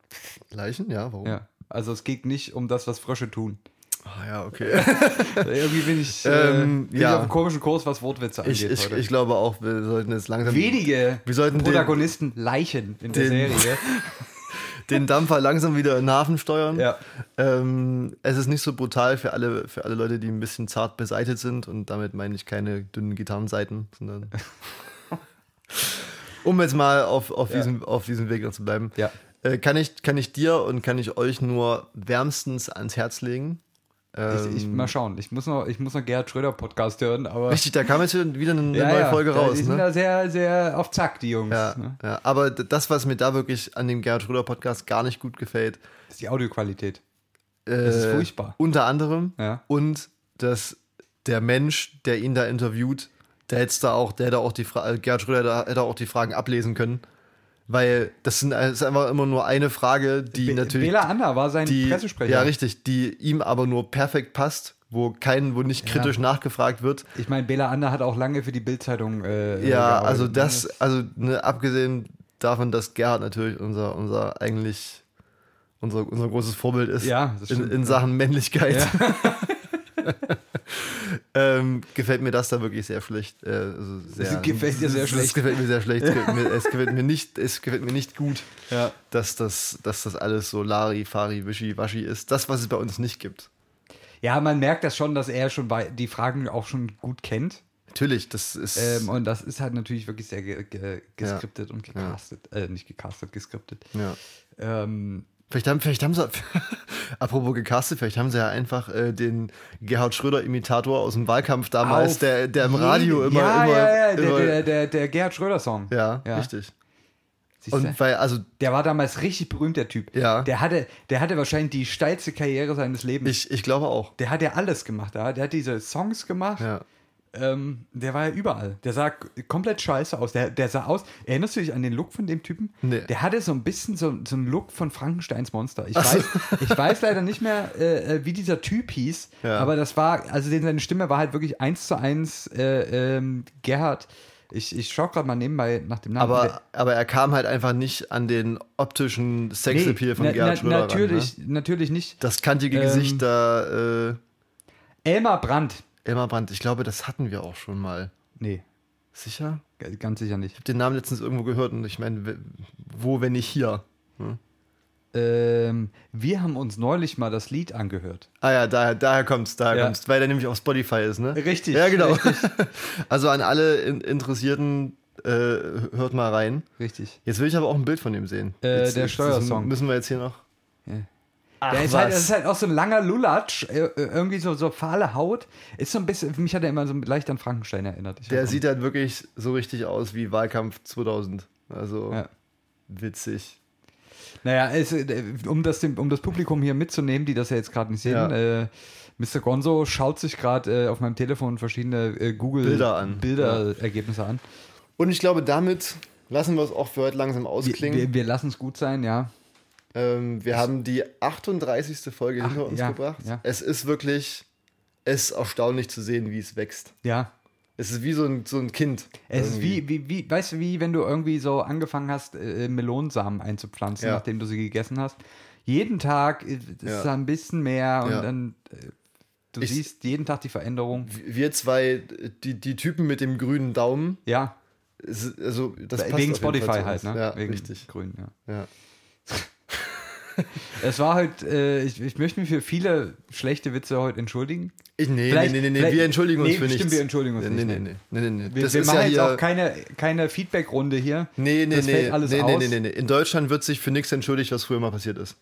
[SPEAKER 3] Leichen? Ja, warum?
[SPEAKER 2] Ja. Also es geht nicht um das, was Frösche tun. Also,
[SPEAKER 3] Ah, ja okay.
[SPEAKER 2] Irgendwie bin ich,
[SPEAKER 3] Ähm,
[SPEAKER 2] äh, bin
[SPEAKER 3] ja.
[SPEAKER 2] ich auf einem komischen Kurs, was Wortwitze angeht
[SPEAKER 3] Ich, ich,
[SPEAKER 2] heute.
[SPEAKER 3] ich glaube auch, wir sollten jetzt langsam
[SPEAKER 2] Wenige
[SPEAKER 3] Wir sollten den-
[SPEAKER 2] Protagonisten Leichen in der
[SPEAKER 3] den-
[SPEAKER 2] Serie.
[SPEAKER 3] den Dampfer langsam wieder in den Hafen steuern.
[SPEAKER 2] Ja.
[SPEAKER 3] Ähm, es ist nicht so brutal für alle, für alle Leute, die ein bisschen zart beseitet sind. Und damit meine ich keine dünnen Gitarrenseiten, sondern. um jetzt mal auf, auf,
[SPEAKER 2] Ja.
[SPEAKER 3] diesem, auf diesem Weg noch zu bleiben.
[SPEAKER 2] Ja.
[SPEAKER 3] Äh, kann, ich, kann ich dir und kann ich euch nur wärmstens ans Herz legen.
[SPEAKER 2] Ich, ich,
[SPEAKER 3] Ähm,
[SPEAKER 2] mal schauen. Ich muss noch, ich muss noch Gerhard Schröder Podcast hören, aber
[SPEAKER 3] richtig, da kam jetzt wieder eine
[SPEAKER 2] Ja,
[SPEAKER 3] neue
[SPEAKER 2] ja,
[SPEAKER 3] Folge
[SPEAKER 2] da-
[SPEAKER 3] raus.
[SPEAKER 2] Die sind
[SPEAKER 3] Ne?
[SPEAKER 2] da sehr, sehr auf Zack, die Jungs.
[SPEAKER 3] Ja,
[SPEAKER 2] Ne?
[SPEAKER 3] ja, aber d- das, was mir da wirklich an dem Gerhard Schröder Podcast gar nicht gut gefällt,
[SPEAKER 2] Das ist die Audioqualität.
[SPEAKER 3] äh,
[SPEAKER 2] ist furchtbar.
[SPEAKER 3] Unter anderem
[SPEAKER 2] Ja.
[SPEAKER 3] und dass der Mensch, der ihn da interviewt, der hätte da auch, der hätte auch die Fra äh, Gerhard Schröder da, hätte auch die Fragen ablesen können, weil das, sind, das ist einfach immer nur eine Frage, die
[SPEAKER 2] Be-
[SPEAKER 3] natürlich
[SPEAKER 2] Bela Anna war sein
[SPEAKER 3] die
[SPEAKER 2] Pressesprecher.
[SPEAKER 3] ja richtig, die ihm aber nur perfekt passt, wo kein, wo nicht kritisch nachgefragt wird.
[SPEAKER 2] Ich meine, Bela Ander hat auch lange für die Bildzeitung. Äh,
[SPEAKER 3] Ja,
[SPEAKER 2] gearbeitet,
[SPEAKER 3] also
[SPEAKER 2] ne?
[SPEAKER 3] das, also ne, abgesehen davon, dass Gerhard natürlich unser, unser eigentlich unser, unser großes Vorbild ist
[SPEAKER 2] Ja, das
[SPEAKER 3] in,
[SPEAKER 2] stimmt.
[SPEAKER 3] in Sachen Männlichkeit. ähm, gefällt mir das da wirklich sehr schlecht. Äh, also sehr,
[SPEAKER 2] Das gefällt dir sehr
[SPEAKER 3] das,
[SPEAKER 2] schlecht.
[SPEAKER 3] Das gefällt mir sehr schlecht. Es gefällt mir, es gefällt mir nicht, es gefällt mir nicht gut,
[SPEAKER 2] Ja.
[SPEAKER 3] dass das, dass das alles so Lari, Fari, Wischi, Waschi ist. Das, was es bei uns nicht gibt.
[SPEAKER 2] ja, man merkt das schon, dass er schon bei, die Fragen auch schon gut kennt.
[SPEAKER 3] Natürlich, das ist.
[SPEAKER 2] Ähm, und das ist halt natürlich wirklich sehr ge ge geskriptet und gecastet. Äh, nicht gecastet, geskriptet.
[SPEAKER 3] ja.
[SPEAKER 2] Ähm,
[SPEAKER 3] Vielleicht haben, vielleicht haben sie, apropos gecastet, vielleicht haben sie ja einfach äh, den Gerhard Schröder-Imitator aus dem Wahlkampf damals,
[SPEAKER 2] auf
[SPEAKER 3] der, der im
[SPEAKER 2] jeden-
[SPEAKER 3] Radio immer.
[SPEAKER 2] Ja,
[SPEAKER 3] immer,
[SPEAKER 2] ja, ja,
[SPEAKER 3] immer,
[SPEAKER 2] der, der, der, der Gerhard Schröder-Song.
[SPEAKER 3] ja, richtig.
[SPEAKER 2] Siehst du?
[SPEAKER 3] Und weil, also,
[SPEAKER 2] Der war damals richtig berühmt, der Typ.
[SPEAKER 3] Ja.
[SPEAKER 2] Der hatte, der hatte wahrscheinlich die steilste Karriere seines Lebens.
[SPEAKER 3] ich, ich glaube auch.
[SPEAKER 2] der hat ja alles gemacht. Der hat, der hat diese Songs gemacht.
[SPEAKER 3] Ja.
[SPEAKER 2] Ähm, der war ja überall. Der sah k- komplett scheiße aus. Der, der sah aus. Erinnerst du dich an den Look von dem Typen?
[SPEAKER 3] Nee.
[SPEAKER 2] Der hatte so ein bisschen so, so einen Look von Frankensteins Monster. Ich weiß, ich weiß leider nicht mehr, äh, äh, wie dieser Typ hieß,
[SPEAKER 3] Ja.
[SPEAKER 2] aber das war, also den, seine Stimme war halt wirklich eins zu eins äh, ähm, Gerhard. Ich, ich schaue gerade mal nebenbei nach dem Namen.
[SPEAKER 3] Aber, aber er kam halt einfach nicht an den optischen Sexappeal von
[SPEAKER 2] na-
[SPEAKER 3] Gerhard
[SPEAKER 2] na-
[SPEAKER 3] Schröder. Ran, ne?
[SPEAKER 2] Natürlich, natürlich nicht.
[SPEAKER 3] Das kantige
[SPEAKER 2] Ähm.
[SPEAKER 3] Gesicht da, äh,
[SPEAKER 2] Elmar Brandt.
[SPEAKER 3] Elmar Brandt, ich glaube, das hatten wir auch schon mal.
[SPEAKER 2] Nee,
[SPEAKER 3] Sicher?
[SPEAKER 2] g- ganz sicher nicht.
[SPEAKER 3] Ich habe den Namen letztens irgendwo gehört und ich meine, we- wo, wenn nicht hier?
[SPEAKER 2] Ähm, wir haben uns neulich mal das Lied angehört.
[SPEAKER 3] Ah ja, daher, daher kommt's, daher
[SPEAKER 2] Ja.
[SPEAKER 3] kommt's, weil der nämlich auf Spotify ist, ne?
[SPEAKER 2] Richtig,
[SPEAKER 3] Ja, genau. Also an alle in, Interessierten, äh, hört mal rein.
[SPEAKER 2] Richtig.
[SPEAKER 3] Jetzt will ich aber auch ein Bild von dem sehen.
[SPEAKER 2] Äh,
[SPEAKER 3] jetzt,
[SPEAKER 2] der
[SPEAKER 3] jetzt,
[SPEAKER 2] Steuersong.
[SPEAKER 3] Das müssen wir jetzt hier noch.
[SPEAKER 2] Ja.
[SPEAKER 3] Ach,
[SPEAKER 2] Der ist halt, das ist halt auch so ein langer Lulatsch, äh, äh, irgendwie so, so fahle Haut. Ist so ein bisschen, mich hat er immer so leicht an Frankenstein erinnert. Ich
[SPEAKER 3] der
[SPEAKER 2] weiß
[SPEAKER 3] sieht halt wirklich so richtig aus wie Wahlkampf 2000. Also
[SPEAKER 2] auch nicht. Ja.
[SPEAKER 3] witzig.
[SPEAKER 2] Naja, es, äh, um, das, dem- um das Publikum hier mitzunehmen, die das ja jetzt gerade nicht sehen,
[SPEAKER 3] Ja.
[SPEAKER 2] äh, Mr. Gonzo schaut sich gerade äh, auf meinem Telefon verschiedene äh,
[SPEAKER 3] Bilder an.
[SPEAKER 2] Google-Bilderergebnisse an.
[SPEAKER 3] Und ich glaube, damit lassen wir es auch für heute langsam
[SPEAKER 2] Wir,
[SPEAKER 3] ausklingen. Wir,
[SPEAKER 2] wir, wir lassen es gut sein, ja.
[SPEAKER 3] ähm, wir haben die 38. Folge
[SPEAKER 2] Ach,
[SPEAKER 3] hinter uns
[SPEAKER 2] ja,
[SPEAKER 3] gebracht.
[SPEAKER 2] ja.
[SPEAKER 3] Es ist wirklich, es ist erstaunlich zu sehen, wie es wächst.
[SPEAKER 2] Ja.
[SPEAKER 3] Es ist wie so ein, so ein Kind.
[SPEAKER 2] Es ist
[SPEAKER 3] irgendwie.
[SPEAKER 2] wie, wie, wie, weißt du, wie wenn du irgendwie so angefangen hast, äh, Melonsamen einzupflanzen,
[SPEAKER 3] Ja.
[SPEAKER 2] nachdem du sie gegessen hast. Jeden Tag äh, ist
[SPEAKER 3] Ja.
[SPEAKER 2] da ein bisschen mehr und
[SPEAKER 3] Ja.
[SPEAKER 2] dann äh, du
[SPEAKER 3] Ich-
[SPEAKER 2] siehst jeden Tag die Veränderung.
[SPEAKER 3] wir zwei, die, die Typen mit dem grünen Daumen,
[SPEAKER 2] Ja,
[SPEAKER 3] es- also das passt
[SPEAKER 2] wegen
[SPEAKER 3] auf jeden Fall
[SPEAKER 2] Spotify
[SPEAKER 3] zu
[SPEAKER 2] halt,
[SPEAKER 3] uns.
[SPEAKER 2] ne?
[SPEAKER 3] Ja,
[SPEAKER 2] wegen
[SPEAKER 3] richtig.
[SPEAKER 2] Grün, ja.
[SPEAKER 3] Ja.
[SPEAKER 2] Es war halt, äh, ich, ich möchte mich für viele schlechte Witze heute entschuldigen.
[SPEAKER 3] Ich, nee, nee,
[SPEAKER 2] Vielleicht-
[SPEAKER 3] nee, nee, nee,
[SPEAKER 2] vielleicht-
[SPEAKER 3] wir entschuldigen uns
[SPEAKER 2] nee,
[SPEAKER 3] für nichts.
[SPEAKER 2] stimmt, wir entschuldigen uns
[SPEAKER 3] nee,
[SPEAKER 2] nicht.
[SPEAKER 3] nee, nee, nee, nee, nee.
[SPEAKER 2] Wir,
[SPEAKER 3] Das
[SPEAKER 2] wir
[SPEAKER 3] ist
[SPEAKER 2] machen
[SPEAKER 3] ja
[SPEAKER 2] jetzt
[SPEAKER 3] hier,
[SPEAKER 2] auch keine, keine Feedback-Runde hier.
[SPEAKER 3] Nee, nee,
[SPEAKER 2] das
[SPEAKER 3] nee,
[SPEAKER 2] fällt alles
[SPEAKER 3] nee,
[SPEAKER 2] aus.
[SPEAKER 3] nee, nee, nee. In Deutschland wird sich für nichts entschuldigt, was früher mal passiert ist.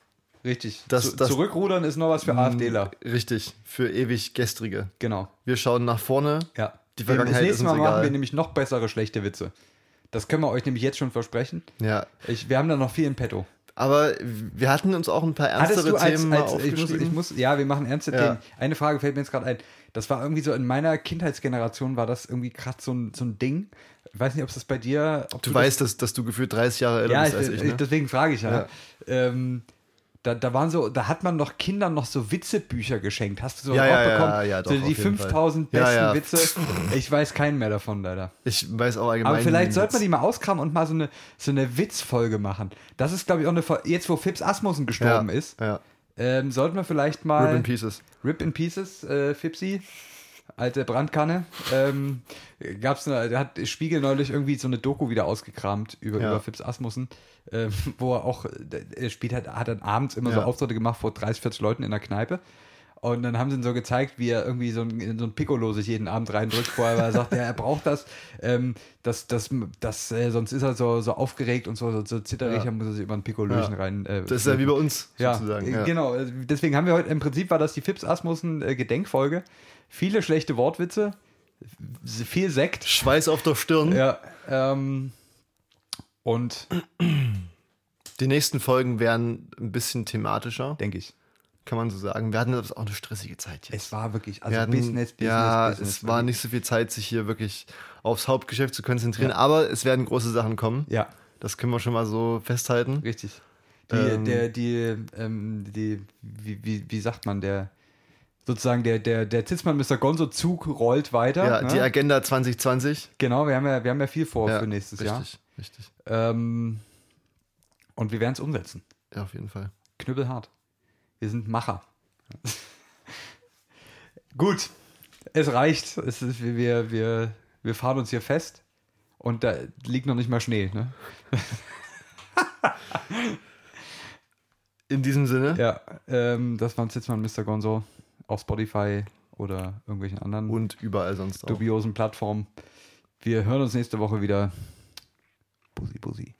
[SPEAKER 2] Richtig.
[SPEAKER 3] Das-
[SPEAKER 2] Zu,
[SPEAKER 3] das- Mhm.
[SPEAKER 2] zurückrudern ist noch was für AfDler.
[SPEAKER 3] Richtig, für ewig gestrige.
[SPEAKER 2] Genau.
[SPEAKER 3] Wir schauen nach vorne.
[SPEAKER 2] Ja.
[SPEAKER 3] Die Vergangenheit
[SPEAKER 2] das
[SPEAKER 3] ist
[SPEAKER 2] nächste
[SPEAKER 3] uns
[SPEAKER 2] Mal
[SPEAKER 3] egal.
[SPEAKER 2] machen wir nämlich noch bessere schlechte Witze. Das können wir euch nämlich jetzt schon versprechen.
[SPEAKER 3] Ja.
[SPEAKER 2] Ich, wir haben da noch viel in petto.
[SPEAKER 3] Aber wir hatten uns auch ein paar
[SPEAKER 2] Hattest
[SPEAKER 3] ernstere
[SPEAKER 2] du als,
[SPEAKER 3] Themen mal
[SPEAKER 2] als ich, muss,
[SPEAKER 3] aufgeschrieben.
[SPEAKER 2] ich muss, ja, wir machen ernste
[SPEAKER 3] Ja.
[SPEAKER 2] Themen. Eine Frage fällt mir jetzt gerade ein. Das war irgendwie so in meiner Kindheitsgeneration war das irgendwie gerade so ein, so ein Ding. Ich weiß nicht, ob es das bei dir, ob
[SPEAKER 3] du weißt, dass, dass du gefühlt 30 Jahre älter
[SPEAKER 2] ja,
[SPEAKER 3] bist
[SPEAKER 2] ich,
[SPEAKER 3] als ich. Ne?
[SPEAKER 2] deswegen frage ich ja.
[SPEAKER 3] Ja.
[SPEAKER 2] Ähm, da, da waren so, da hat man noch Kindern noch so Witzebücher geschenkt. Hast du so
[SPEAKER 3] Ja,
[SPEAKER 2] auch
[SPEAKER 3] ja, ja,
[SPEAKER 2] bekommen?
[SPEAKER 3] ja, ja, doch,
[SPEAKER 2] so die
[SPEAKER 3] auf jeden Fall.
[SPEAKER 2] 5000
[SPEAKER 3] Ja,
[SPEAKER 2] besten
[SPEAKER 3] ja.
[SPEAKER 2] Witze. Ich weiß keinen mehr davon leider.
[SPEAKER 3] ich weiß auch allgemein.
[SPEAKER 2] Aber vielleicht sollte man
[SPEAKER 3] nichts.
[SPEAKER 2] die mal auskramen und mal so eine, so eine Witzfolge machen. Das ist, glaube ich, auch eine Folge. Jetzt, wo Fips Asmussen gestorben
[SPEAKER 3] ja,
[SPEAKER 2] ist,
[SPEAKER 3] Ja.
[SPEAKER 2] ähm, sollten wir vielleicht mal.
[SPEAKER 3] Rip in Pieces.
[SPEAKER 2] Rip in Pieces, äh, Fipsi, alte Brandkanne. Ähm, gab's eine, da hat Spiegel neulich irgendwie so eine Doku wieder ausgekramt über,
[SPEAKER 3] Ja.
[SPEAKER 2] über Fips Asmussen, ähm, wo er auch, er spielt halt, hat, hat dann abends immer so
[SPEAKER 3] Ja.
[SPEAKER 2] Auftritte gemacht vor 30, 40 Leuten in der Kneipe. Und dann haben sie ihn so gezeigt, wie er irgendwie so ein, so ein Piccolo sich jeden Abend reindrückt, vorher, weil er sagt, ja, er braucht das, ähm, das, das, das äh, sonst ist er so, so aufgeregt und so, so, so zitterig,
[SPEAKER 3] Ja.
[SPEAKER 2] dann muss er sich immer ein Piccolöchen rein. Äh,
[SPEAKER 3] Das ist ja wie bei uns
[SPEAKER 2] ja,
[SPEAKER 3] sozusagen.
[SPEAKER 2] äh,
[SPEAKER 3] Ja.
[SPEAKER 2] genau. äh, Deswegen haben wir heute, im Prinzip war das die Fips Asmussen äh, Gedenkfolge. Viele schlechte Wortwitze, s- viel Sekt.
[SPEAKER 3] Schweiß auf der Stirn.
[SPEAKER 2] Ja, ähm, und
[SPEAKER 3] Die nächsten Folgen werden ein bisschen thematischer,
[SPEAKER 2] denke ich,
[SPEAKER 3] kann man so sagen. Wir hatten das auch eine stressige Zeit jetzt.
[SPEAKER 2] es war wirklich,
[SPEAKER 3] Wir
[SPEAKER 2] also
[SPEAKER 3] hatten-
[SPEAKER 2] Business, Business,
[SPEAKER 3] ja,
[SPEAKER 2] Business.
[SPEAKER 3] es war nicht so viel Zeit, sich hier wirklich aufs Hauptgeschäft zu konzentrieren, aber es werden große Sachen kommen.
[SPEAKER 2] Ja,
[SPEAKER 3] Das können wir schon mal so festhalten.
[SPEAKER 2] richtig. Die,
[SPEAKER 3] Ähm,
[SPEAKER 2] der, die, ähm, die, wie, wie, wie sagt man, der, sozusagen der, der, der Zitzmann Mr. Gonzo Zug rollt weiter.
[SPEAKER 3] Ja, die
[SPEAKER 2] ne?
[SPEAKER 3] Agenda 2020.
[SPEAKER 2] Genau, wir haben ja, wir haben ja viel vor
[SPEAKER 3] ja,
[SPEAKER 2] für nächstes
[SPEAKER 3] richtig,
[SPEAKER 2] Jahr.
[SPEAKER 3] Richtig,
[SPEAKER 2] Ähm, und wir werden es umsetzen.
[SPEAKER 3] ja, auf jeden Fall.
[SPEAKER 2] knüppelhart. Wir sind Macher. Gut, es reicht. Es ist, wir- wir, wir, wir fahren uns hier fest und da liegt noch nicht mal Schnee. Ne?
[SPEAKER 3] In diesem Sinne,
[SPEAKER 2] Ja, ähm, das waren jetzt mal Mr. Gonzo auf Spotify oder irgendwelchen anderen
[SPEAKER 3] und überall sonst auch.
[SPEAKER 2] dubiosen Plattformen. Wir hören uns nächste Woche wieder. Bussi, bussi.